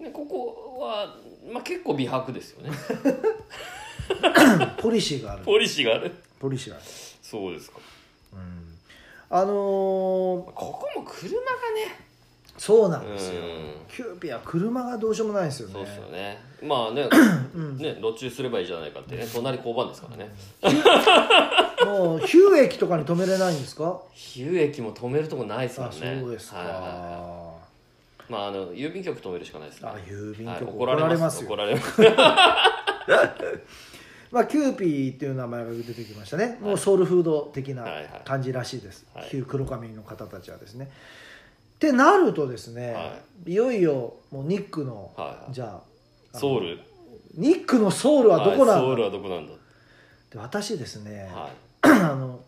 S2: でここは、まあ、結構美白で すよね
S1: ポリシーがある
S2: ポリシーがある
S1: ポリシーがある、
S2: そうですか
S1: うん、あのー
S2: ここも車がね
S1: そうなんですよ
S2: うん
S1: キューピーは車がどうしようもないんですよね
S2: そうですよねまあね
S1: うん
S2: ね路中すればいいじゃないかってね隣交番ですからね
S1: もうヒュー駅とかに止めれないんですか
S2: 比喩駅も止めるとこないですか
S1: あ
S2: らね
S1: そうですか、
S2: はいはいは
S1: あ
S2: い、まああの郵便局止めるしかないですね
S1: 郵便
S2: はい
S1: 局怒られますよ、
S2: 怒られます
S1: まあ、キューピーっていう名前が出てきましたね、もうソウルフード的な
S2: はいはい
S1: 感じらしいです、
S2: はい
S1: 旧黒髪の方たちはですねってなるとですね、、
S2: はい
S1: よいよもうニックの、
S2: はいはい
S1: じゃあ
S2: ソウ
S1: ル
S2: ル
S1: ニックのソウルはどこなんだ、
S2: はいソウルはどこなんだ
S1: で私ですね、
S2: は
S1: あの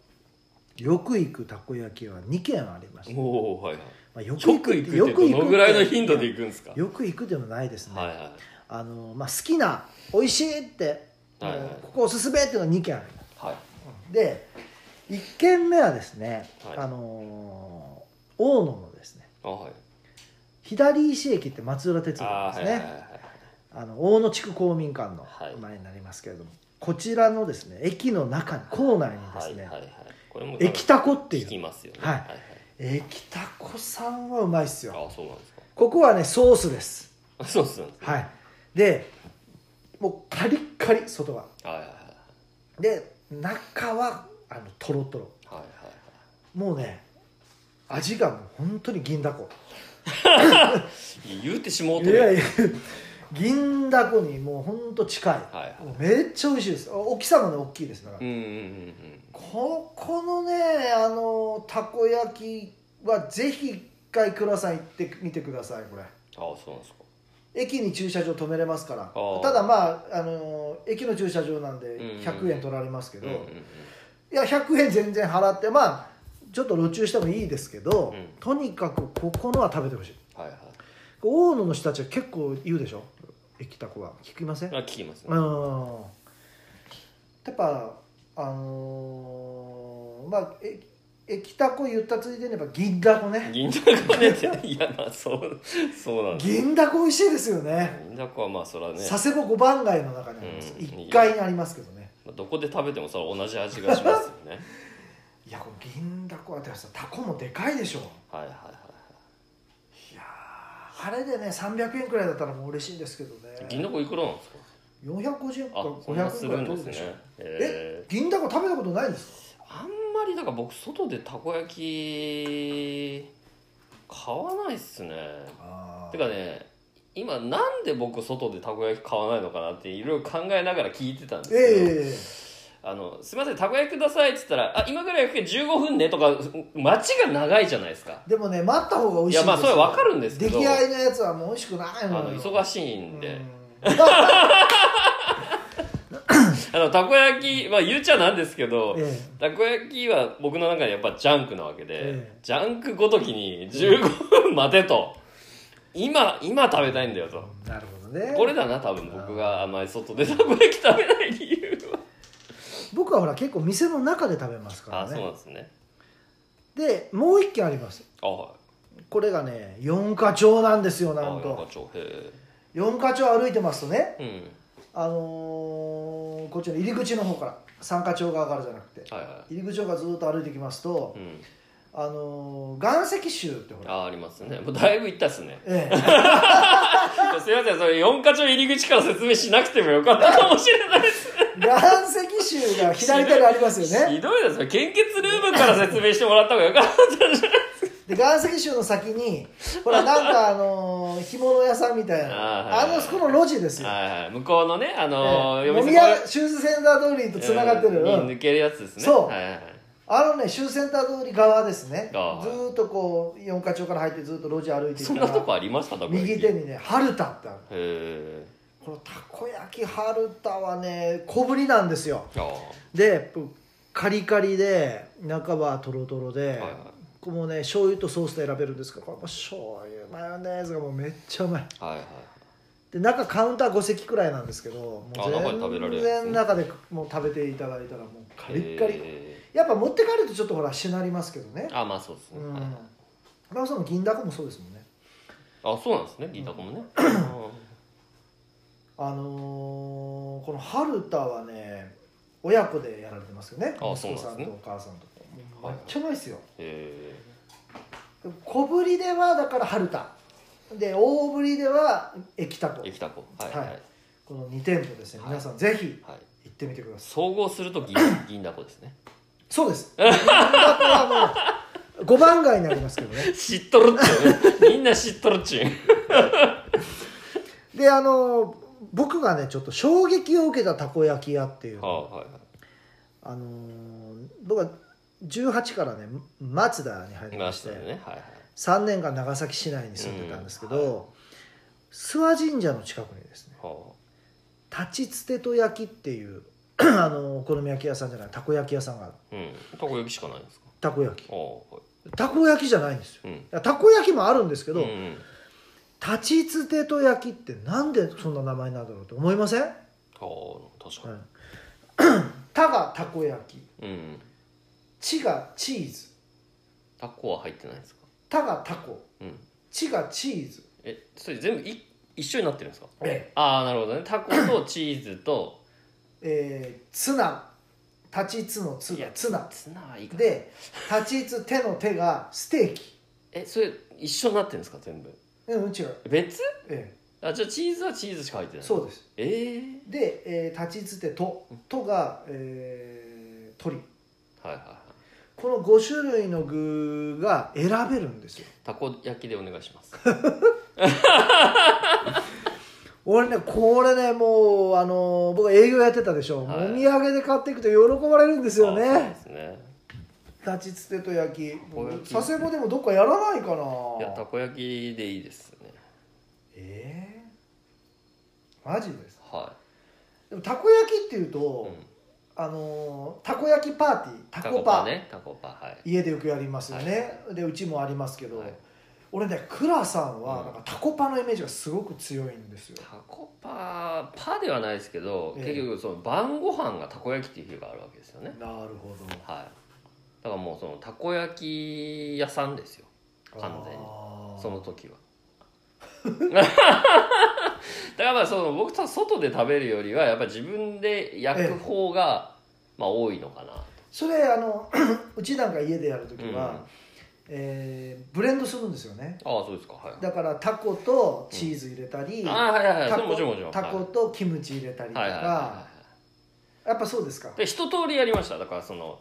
S1: よく行くたこ焼きは2軒ありまし
S2: い
S1: た、
S2: お
S1: ま
S2: おはいはい
S1: あ、よ
S2: よく行くってどのぐらいの頻度で行くんですか
S1: よく行くでもないですね、
S2: はいは
S1: あのまあ、好きな美味しいって、
S2: はいはい
S1: もうここおすすめっていうのが2軒ある
S2: いはい
S1: で1軒目はですね、
S2: はい
S1: あのー大野のですね
S2: あはい
S1: 左石駅って松浦鉄道
S2: あ
S1: なん
S2: ー
S1: で
S2: は
S1: す
S2: い
S1: ね
S2: は
S1: あ、
S2: いはいはい
S1: の大野地区公民館の
S2: はい
S1: 前になりますけれども、こちらのですね駅の中に構内にですね、
S2: はいはいはいこれも
S1: 駅たこってい
S2: 聞き
S1: う
S2: ますよね
S1: はい
S2: はい
S1: 駅たこさんはうまいっすよ
S2: あそうなんですか
S1: ここはねソースです
S2: あそうっすね
S1: はいでもうカリッカリ外は
S2: はいはいはい
S1: で中はあのトロトロ
S2: はいはい
S1: もうね味がもう本当に銀だこ
S2: はいいや言うてしもう
S1: い
S2: とるは
S1: や
S2: い
S1: いや銀だこにもう本当近い、
S2: はい
S1: もうめっちゃ美味しいです大きさもね大きいですだから、
S2: うんうんうんうん
S1: ここのねあのたこ焼きはぜひ一回ください行ってみてくださいこれ
S2: あそうなんですか
S1: 駅に駐車場止めれますから
S2: ー
S1: ただまああの駅の駐車場なんで
S2: うんうん
S1: 100円取られますけ
S2: う
S1: ど、
S2: んうんうん
S1: いや100円全然払ってまあちょっと路中してもいいですけど、
S2: うん
S1: とにかくここのは食べてほしい
S2: はいはい
S1: 大野の人たちは結構言うでしょ駅たこは聞きません
S2: あ聞きますね
S1: うんやっぱあのーまあえ駅たこ言ったついでにやっぱ銀だこね
S2: 銀だこねっていやまあそうそうなんです
S1: 銀だこ美味しいですよね
S2: 銀だこはまあそれはね
S1: 佐世保五番街の中にあります、
S2: うん
S1: 一階にありますけどね
S2: まあどこで食べてもさ同じ味がしますよね
S1: いやこれ銀だこはでもさたこもでかいでしょ
S2: はいはいはい
S1: いやーあれでね300円くらいだったらもう嬉しいんですけど
S2: はい
S1: ね
S2: 銀だこいくらなんですか
S1: 450円か
S2: あそんな
S1: 500
S2: す
S1: 円く
S2: る
S1: らい取
S2: んで
S1: る
S2: す
S1: でしょ
S2: ね
S1: え
S2: え
S1: 銀だこ食べたことないです
S2: ーあんまりだから僕外でたこ焼き買わないっすね
S1: かあ
S2: てかね今なんで僕外でたこ焼き買わないのかなっていろいろ考えながら聞いてたんです
S1: え
S2: けど、
S1: え
S2: あのすいませんたこ焼きくださいっつったら「あ今ぐらい焼くけど15分ね」とか待ちが長いじゃないですか
S1: でもね待った方が美味しい
S2: いやまあそれはわかるんですけど
S1: 出来合いのやつはもう美味しくない
S2: あ
S1: のよ
S2: の忙しいんで、
S1: うん
S2: あのたこ焼き、まあ、言っちゃなんですけど、
S1: え
S2: たこ焼きは僕の中でやっぱジャンクなわけで、
S1: ええ
S2: ジャンクごときに15分待てと今今食べたいんだよと
S1: えなるほどね
S2: これだな多分僕があまり外でたこ焼き食べない理由は、
S1: 僕はほら結構店の中で食べますか
S2: あ
S1: ら
S2: そうな
S1: ね
S2: んですね
S1: でもう一軒あります
S2: あはい
S1: これがね四課町なんですよ
S2: あ
S1: なん
S2: なんか
S1: と
S2: ちょへ
S1: 四課町歩いてますとね
S2: えうん
S1: あのーこっちら入り口の方から三課町側からじゃなくて
S2: はいは
S1: 入り口の方からずーっと歩いてきますと
S2: い、うん、
S1: あのー岩石州ってほら
S2: あありますねもうだいぶ行ったっすね
S1: ええ
S2: すいませんそれ4か所入り口から説明しなくてもよかったかもしれないです
S1: 岩石州が左手にありますよね
S2: ひどいですね献血ルームから説明してもらった方がよかったんじゃない
S1: で岩石州の先にほらなんかあのー、干物屋さんみたい
S2: あー
S1: な
S2: は
S1: あ
S2: いはい
S1: のそこの路地ですよ、
S2: はいはい向こうのねあのー
S1: ええ
S2: 夜
S1: 飲
S2: 店
S1: み屋シューズセンター通りとつながってる、
S2: うん
S1: う
S2: に
S1: ん
S2: 抜けるやつですね
S1: そう
S2: はいはいはい
S1: あのねシューズセンター通り側ですねず
S2: あー
S1: ーっとこう四課町から入ってずーっと路地歩いて
S2: そ
S1: い
S2: ん
S1: た
S2: なと
S1: ら
S2: こありましたたこ焼き
S1: 右手にね「春田」ってある
S2: へえ
S1: このたこ焼き春田はね小ぶりなんですよ
S2: ああ
S1: でカリカリで中はトロトロで、
S2: はいはい
S1: ここもね醤油とソースで選べるんですけどこれも醤油マヨネーズがもうめっちゃうまい
S2: はいはい
S1: で中カウンター5席くらいなんですけどもう
S2: あ中で食べられる
S1: 全
S2: やつ
S1: 然
S2: ね
S1: 中でもう食べていただいたらもうカリッカリ
S2: へ
S1: やっぱ持って帰るとちょっとほらしなりますけどね
S2: ーあまあそうです
S1: う
S2: ね、
S1: ん
S2: はい
S1: まあその銀だこもそうですもんね
S2: あそうなんですね銀だこもね、うん
S1: あのーこの春田はね親子でやられてますよね
S2: あ
S1: 息子
S2: そう
S1: さ
S2: なん
S1: ん
S2: です
S1: と
S2: ね
S1: お母さんとかも
S2: は
S1: う
S2: い
S1: めっちゃうまいですよ
S2: へ
S1: でも小ぶりではだから春田で大ぶりでは駅田
S2: え
S1: と
S2: 生きた子はい
S1: は
S2: はいい、
S1: この2店舗ですね
S2: はい
S1: 皆さんぜひ
S2: はい、
S1: 行ってみてください
S2: 総合する と銀銀だこですね
S1: そう です銀だこはもう5番街になりますけどね
S2: 知っとるっ ちゅうみんな知っとるっちゅう
S1: であの僕がねちょっと衝撃を受けたたこ焼き屋っていう
S2: はあはいはい
S1: あのー僕は18からね松田に入りま
S2: ま
S1: し、
S2: してたよねはいはい
S1: 3年間長崎市内に住んでたんですけど、
S2: うんは
S1: 諏訪神社の近くにですね
S2: は
S1: 立ちつてと焼きっていう あのお好み焼き屋さんじゃないたこ焼き屋さんがある
S2: あうんたこ焼きしかないんですか
S1: たこ焼き
S2: ああはい
S1: たこ焼きじゃないんですよ
S2: うん
S1: たこ焼きもあるんですけど、
S2: うんうん、
S1: 立ちつてと焼きってなんでそんな名前なんだろうと思いません、はい、
S2: ああ確かに、
S1: たがたこ焼き
S2: うん
S1: ちがチーズ
S2: タコは入ってないんですか
S1: たがたこ
S2: うん
S1: ちがチーズ
S2: えそれ全部い一緒になってるんですか
S1: え
S2: ああなるほどねタコとチーズと
S1: えーツナ立ちつのつ
S2: いや
S1: ツナ
S2: ツナはいいかな
S1: で立ちつ手の手がステーキ
S2: えそれ一緒になってるんですか全部
S1: うん違う、
S2: 別
S1: え
S2: あじゃあチーズはチーズしか入って
S1: え
S2: ない
S1: そうです
S2: ええ
S1: で、えー立ちつてととが、えー鳥
S2: はいはいはい
S1: この5種類の具が選べるんですよ
S2: たこ焼きでお願いします
S1: 俺ねこれねもうあのー僕営業やってたでしょ、
S2: はい
S1: お土産で買っていくと喜ばれるんですよ
S2: あそうで
S1: ね
S2: すね
S1: 立ちつてと焼き
S2: こ焼き
S1: 佐世保でもどっかやらないか
S2: いやた
S1: な
S2: こ焼きでいいですね
S1: ええマジです
S2: は
S1: でもたこ焼きっていうと、
S2: い、うん、
S1: あのーたこ焼きパーティーたこパ
S2: ねたこパはい
S1: 家でよくやりますよね、でうちもありますけど、
S2: はい
S1: 俺ね倉さんは
S2: うん
S1: なんかタコパのイメージがすごく強いんですよ、
S2: たこパパではないですけど、
S1: ええ
S2: 結局その晩ご飯がたこ焼きっていう日があるわけですよね
S1: なるほど
S2: はいだからもうそのたこ焼き屋さんですよ完全に
S1: あー
S2: その時はだからまあその僕は外で食べるよりはやっぱ自分で焼く方がまあ多いのかなと
S1: それあの うちなんか家でやる時は、えーブレンドするんですよね
S2: ああそうですかはい
S1: だからタコとチーズ入れたり、
S2: ああはいはいはい
S1: タ
S2: それ
S1: コ
S2: もちろんもちろん
S1: タコとキムチ入れたりとか、
S2: はいはいはいはいは
S1: やっぱそうですか
S2: いで一通りやりましただからその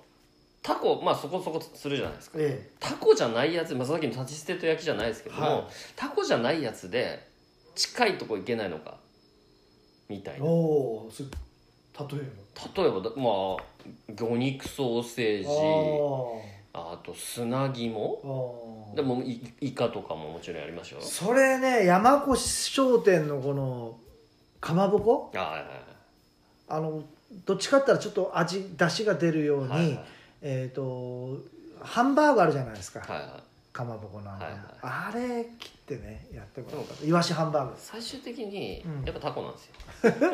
S2: タコまあそこそこするじゃないですか
S1: え
S2: タコじゃないやつ、まあ、さっきの立ち捨てと焼きじゃないですけども、
S1: はい
S2: タコじゃないやつで近いとこ行けないのかみた
S1: え
S2: いな
S1: おお例え
S2: 例えばだまあ魚肉ソーセー
S1: ば
S2: ジあと砂肝
S1: あーあー
S2: でもいイカとかももちろんやりましょう
S1: それね山越商店のこのかまぼこ
S2: あはいはいはい
S1: あのどっちかって言ったらちょっと味出汁が出るように、
S2: はいはい
S1: えっ、とハンバーグあるじゃないですか、
S2: はいはい
S1: かまぼこなんかも、あれ切ってねやってもらおうか
S2: そ
S1: とイワシハンバーグ
S2: 最終的に
S1: うん
S2: やっぱタコなんですよ、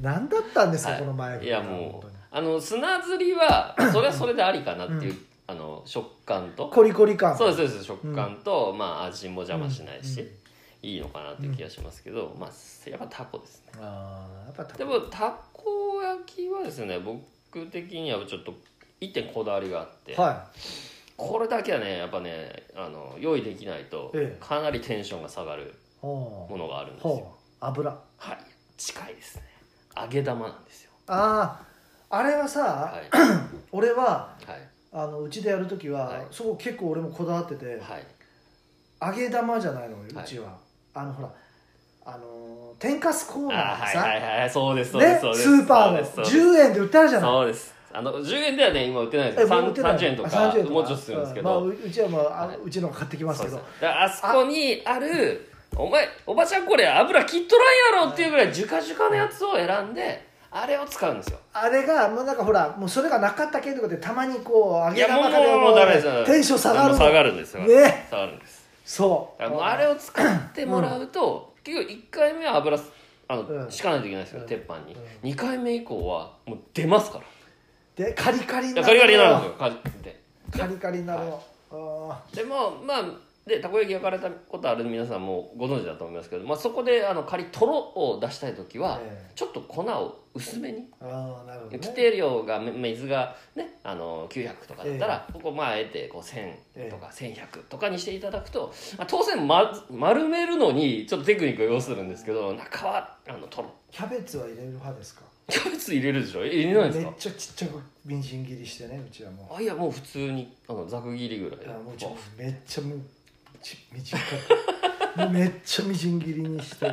S1: 何だったんですか、
S2: はい
S1: この前
S2: いや
S1: 本
S2: も
S1: 当
S2: う
S1: に
S2: あの砂ずりは それはそれでありかなっていう、あの食感と
S1: コリコリ感
S2: そうですすそうです食感と、まあ味も邪魔しないし、いいのかなっていう気がしますけど、まあやっぱタコですね
S1: ああやっぱた
S2: でもたこ焼きはですね僕的にはちょっと一点こだわりがあって、
S1: は
S2: これだけはねやっぱねあの用意できないと
S1: ええ
S2: かなりテンションが下がる
S1: いほ
S2: ものがあるん
S1: う
S2: ですよ、
S1: ほう油
S2: はい近いですね揚げ玉なんですよ
S1: あああれはさ、
S2: はい
S1: 俺は
S2: はい
S1: あのうちでやる時は、
S2: はい
S1: そこ結構俺もこだわってて、
S2: はい
S1: 揚げ玉じゃないのよ
S2: はいう
S1: ちは、あのほらあのー天かすコーナ
S2: あ
S1: ーが
S2: はい
S1: さ、
S2: はいはいそうですそうで
S1: ね
S2: すそうです
S1: スーパー
S2: そう
S1: の
S2: ですそうです
S1: 10円で売ってあるじゃない
S2: そうですあの10円ではね今売ってないです
S1: え
S2: よ
S1: もう売
S2: さん
S1: ってない
S2: 30円とか
S1: あ30
S2: もうちょっとするんですけど、
S1: うまあ、ううちは、まああ
S2: はいう
S1: ちのが買ってきますけど
S2: そうそうだからあそこにあるお前おばちゃんこれ油切っとらんやろっていうぐらいジュカジュカのやつを選んであれを使うんですよ
S1: あれがもうなんかほらもうそれがなかったけとかでたまにこう揚
S2: い
S1: げ
S2: やも
S1: 玉
S2: うも
S1: かで
S2: うもうダメです
S1: テンション下がる
S2: も
S1: の
S2: う下がるんですよ
S1: ね
S2: 下がるんです
S1: そう
S2: あのあれを使ってもらうと、結局1回目は油あの、
S1: うん
S2: 敷かないといけないですけど、
S1: うん
S2: 鉄板に
S1: うん、
S2: 二2回目以降はもう出ますから
S1: でカリカリに
S2: いや
S1: な
S2: ガ
S1: る
S2: リ
S1: の
S2: ガリになるんですよカリで
S1: カリカリになるの、あ
S2: でもまあでたこ焼き焼かれたことある皆さんもご存知だと思いますけど、まあ、そこであの仮とろを出したい時は、
S1: ええ
S2: ちょっと粉を薄めに
S1: ーあーなるほど、ね、
S2: 規定量がめ水がねあの900とかだったら、ここまあえてこう1000
S1: え
S2: とか1100とかにしていただくと、まあ、当然、ま、丸めるのにちょっとテクニックを要するんですけど中はあのとろ
S1: キャベツは入れる派ですか
S2: キャベツ入れるでしょ入れないんです
S1: め
S2: か
S1: っちゃちっちゃくみじん切りしてねうちはも
S2: あいやもう普通にあのざく切りぐらいうで
S1: いやもうちょめっちゃもうち短くもうめっちゃみじん切りにして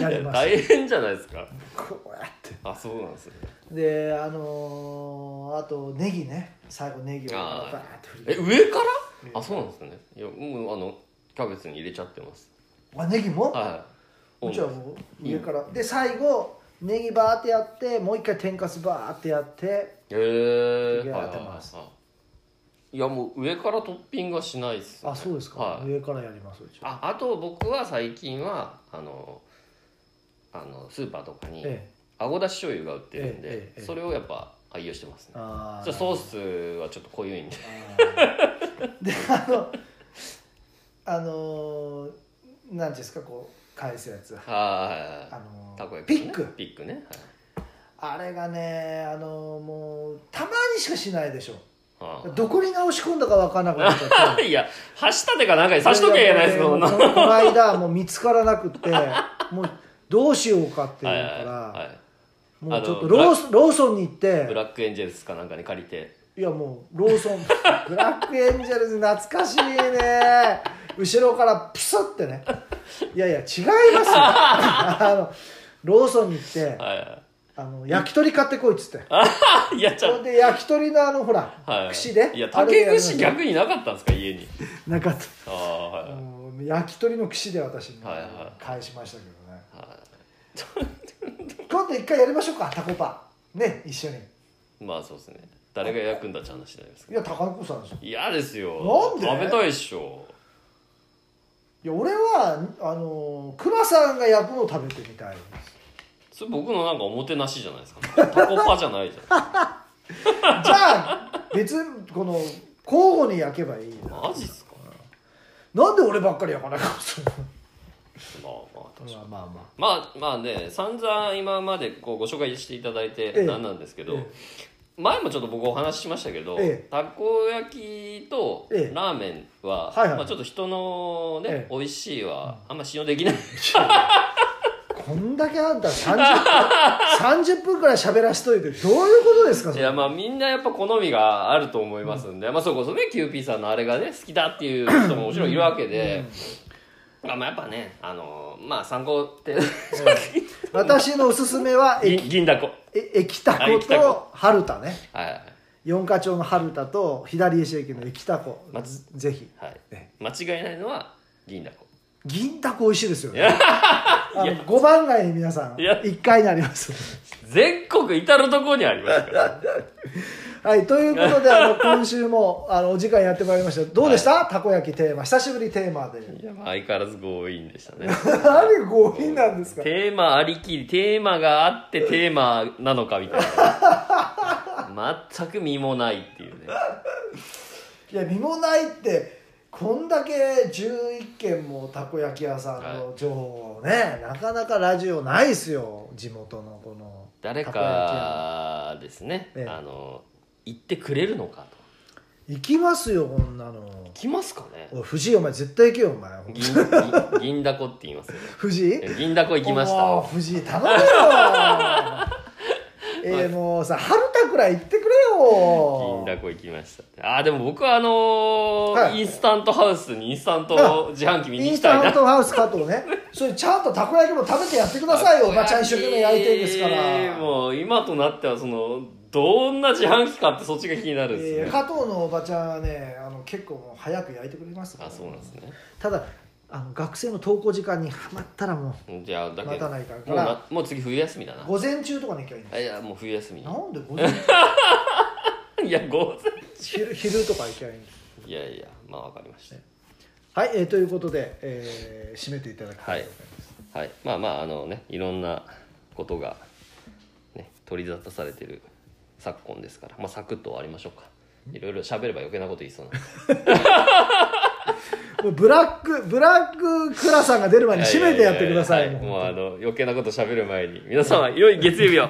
S1: やります
S2: 大変じゃないですか
S1: こうやって
S2: あそうなんですね
S1: であのーあとネギね最後ネギをバ
S2: あー
S1: ーって振り
S2: え
S1: て
S2: 上からあそうなんですねいやもうあのキャベツに入れちゃってます
S1: あネギも、
S2: はい
S1: もちろんもう上から、で最後ネギバーってやってもう一回天かすバーってやって
S2: へえ
S1: 上
S2: ー、
S1: が
S2: はい
S1: っ
S2: は
S1: て
S2: いは
S1: ます
S2: いはいいやもう上からトッピングはしないっす、
S1: あそうですか、
S2: はい
S1: 上からやりますうちは
S2: ああと僕は最近はあのあのスーパーとかに
S1: ええ
S2: あごだし醤油が売ってるんで、
S1: ええええ
S2: それをやっぱ愛用してますね
S1: あ
S2: じゃあソースはちょっと濃いんで
S1: であのあの何、なんていうんですかこう返すやつ
S2: は
S1: あ
S2: い
S1: の
S2: たこ焼
S1: ピ
S2: き、
S1: ッ
S2: ね、
S1: ク
S2: ピックね
S1: あれがねあのもうたまにしかしないでしょ
S2: はいはい
S1: どこに直し込んだか分からなくなっちゃって
S2: いや箸立てかなんかに刺しとけやないですか
S1: も
S2: こ
S1: うん
S2: な
S1: こ
S2: は
S1: の間もう見つからなくてもうどうしようかって
S2: い
S1: いう
S2: は
S1: か
S2: い
S1: ら、
S2: は
S1: もうちょっと
S2: あの
S1: ローソンローソンに行っ
S2: いブ
S1: て
S2: ラックエンジェルスかなんかに借りて
S1: いやもうローソンブラックエンジェルズ懐かしいね後ろからプスってねいやいや違います よあのローソンに行って
S2: はいは
S1: あの焼き鳥買ってこいっつって
S2: いいやちゃ
S1: それで焼き鳥のあのほら、
S2: はい、
S1: 串で
S2: いや
S1: あれ
S2: 竹
S1: でやりま
S2: 串
S1: した
S2: 逆になかったんですか家に
S1: なかっ
S2: ああ
S1: た、
S2: はいはい
S1: もう焼き鳥の串で私に
S2: はいは
S1: 返しましたけどね、
S2: は
S1: 今度一回やりましょうかタコパね一緒に
S2: いまあそうですね誰が焼くんだって話になりますけ
S1: いや高子さんでしょ
S2: ど嫌です
S1: な
S2: よ
S1: んで
S2: 食べたいっしょ
S1: いや俺はあの倉さんが焼くのを食べてみたいです
S2: それ僕のなんかおもてなしじゃないですかタコパじゃないじゃん
S1: じゃあ別にこの交互に焼けばいいな
S2: マジっすか
S1: なんで俺ばっかり焼かないかもしれない
S2: まあまあ確かに
S1: まあまあま
S2: まあまあね散々今までこうご紹介していただい
S1: え
S2: て
S1: え
S2: なんなんですけど、
S1: え
S2: 前もちょっと僕お話ししましたけど、
S1: ええ
S2: たこ焼きと
S1: ええ
S2: ラーメンは、
S1: はいはい
S2: まあ、ちょっと人のね、
S1: ええ
S2: 美味しいはあんま信用できない
S1: あこんだけあんた30分30分くらい喋らしといてどういうことですかそ
S2: い
S1: れ
S2: やまあみんなやっぱ好みがあると思いますんで、まあそれこそねキューピーさんのあれがね好きだって いう人ももちろんいるわけで、まあまあやっぱねあのまあ参考って
S1: 私のおすすめはえ
S2: 銀銀だこ
S1: え駅タ
S2: あ
S1: コ
S2: 駅タ
S1: と
S2: コ
S1: 春田ね
S2: はいはい
S1: 四課町の春田と左石駅の駅タコ
S2: まず
S1: ぜひ
S2: はい
S1: え
S2: 間違いないのは銀だこ
S1: 銀だこ美味しいですよ
S2: い
S1: ね
S2: や
S1: あの5番街に皆さん
S2: いや
S1: 1階にあります
S2: 全国至る所にありますから
S1: はい、ということで、あの、今週も、 あの、お時間やってまいりました。どうでした、たこ焼きテーマ。久しぶりテーマで。
S2: いやまあ相変わらず強引でしたね
S1: 何が強引なんですか
S2: テーマありきりテーマがあってテーマなのかみたいな全く身もないっていうね
S1: いや、身もないって、こんだけ11軒もたこ焼き屋さんの情報をね、なかなかラジオないですよ。地元のこの。
S2: 誰かですね、
S1: ええ
S2: あの行ってくれるのかと
S1: 行きますよ、こんなの。
S2: 来ますかね
S1: おい、藤井、お前絶対行けよ、お前。
S2: 銀銀 銀だこって言いますよ
S1: 藤井
S2: ね銀だこ行きました
S1: おー藤井頼むよえーもうさ春田くらい行ってくれよよ
S2: 銀だこ行きましたあーでも僕はあのー
S1: はい
S2: インスタントハウスにインスタント自販機見に
S1: イ
S2: 行
S1: ン
S2: き
S1: ス
S2: たい
S1: タ
S2: な
S1: ントハウス加藤 ねそれちゃんとたこ焼きも食べてやってくださいよおばちゃん一生懸命焼いてるんですから、
S2: えーもう今となってはそのどんな自販機かってそっちが気になるん
S1: え
S2: で
S1: ー
S2: すね
S1: 加藤のおばちゃんはねあの結構もう早く焼いてくれますから
S2: あそうなんですね
S1: ただあの学生の登校時間にはまったらも
S2: じゃあだ
S1: う
S2: け
S1: 待
S2: ど
S1: たないから
S2: もうなもう次冬休みだな
S1: 午前中とかに行きゃいいんで
S2: あいやもう冬休み
S1: す
S2: に
S1: なんで午前 中
S2: いや午前
S1: 昼昼とか行きゃいいんです
S2: いやいやまあわかりまし
S1: はい、えーということで、えー締めていただき
S2: た
S1: た
S2: はいい
S1: と思います、
S2: はいまあまああのねいろんなことがね取り沙汰されてる昨今ですからまあサクッと終わりましょうかいろいろ喋れば余計なこと言いそうなん で
S1: もうブラックブラッククラさんが出る前に締めてやってください
S2: やややや
S1: もう
S2: もうあの余計なこと喋る前に皆様良い月曜日を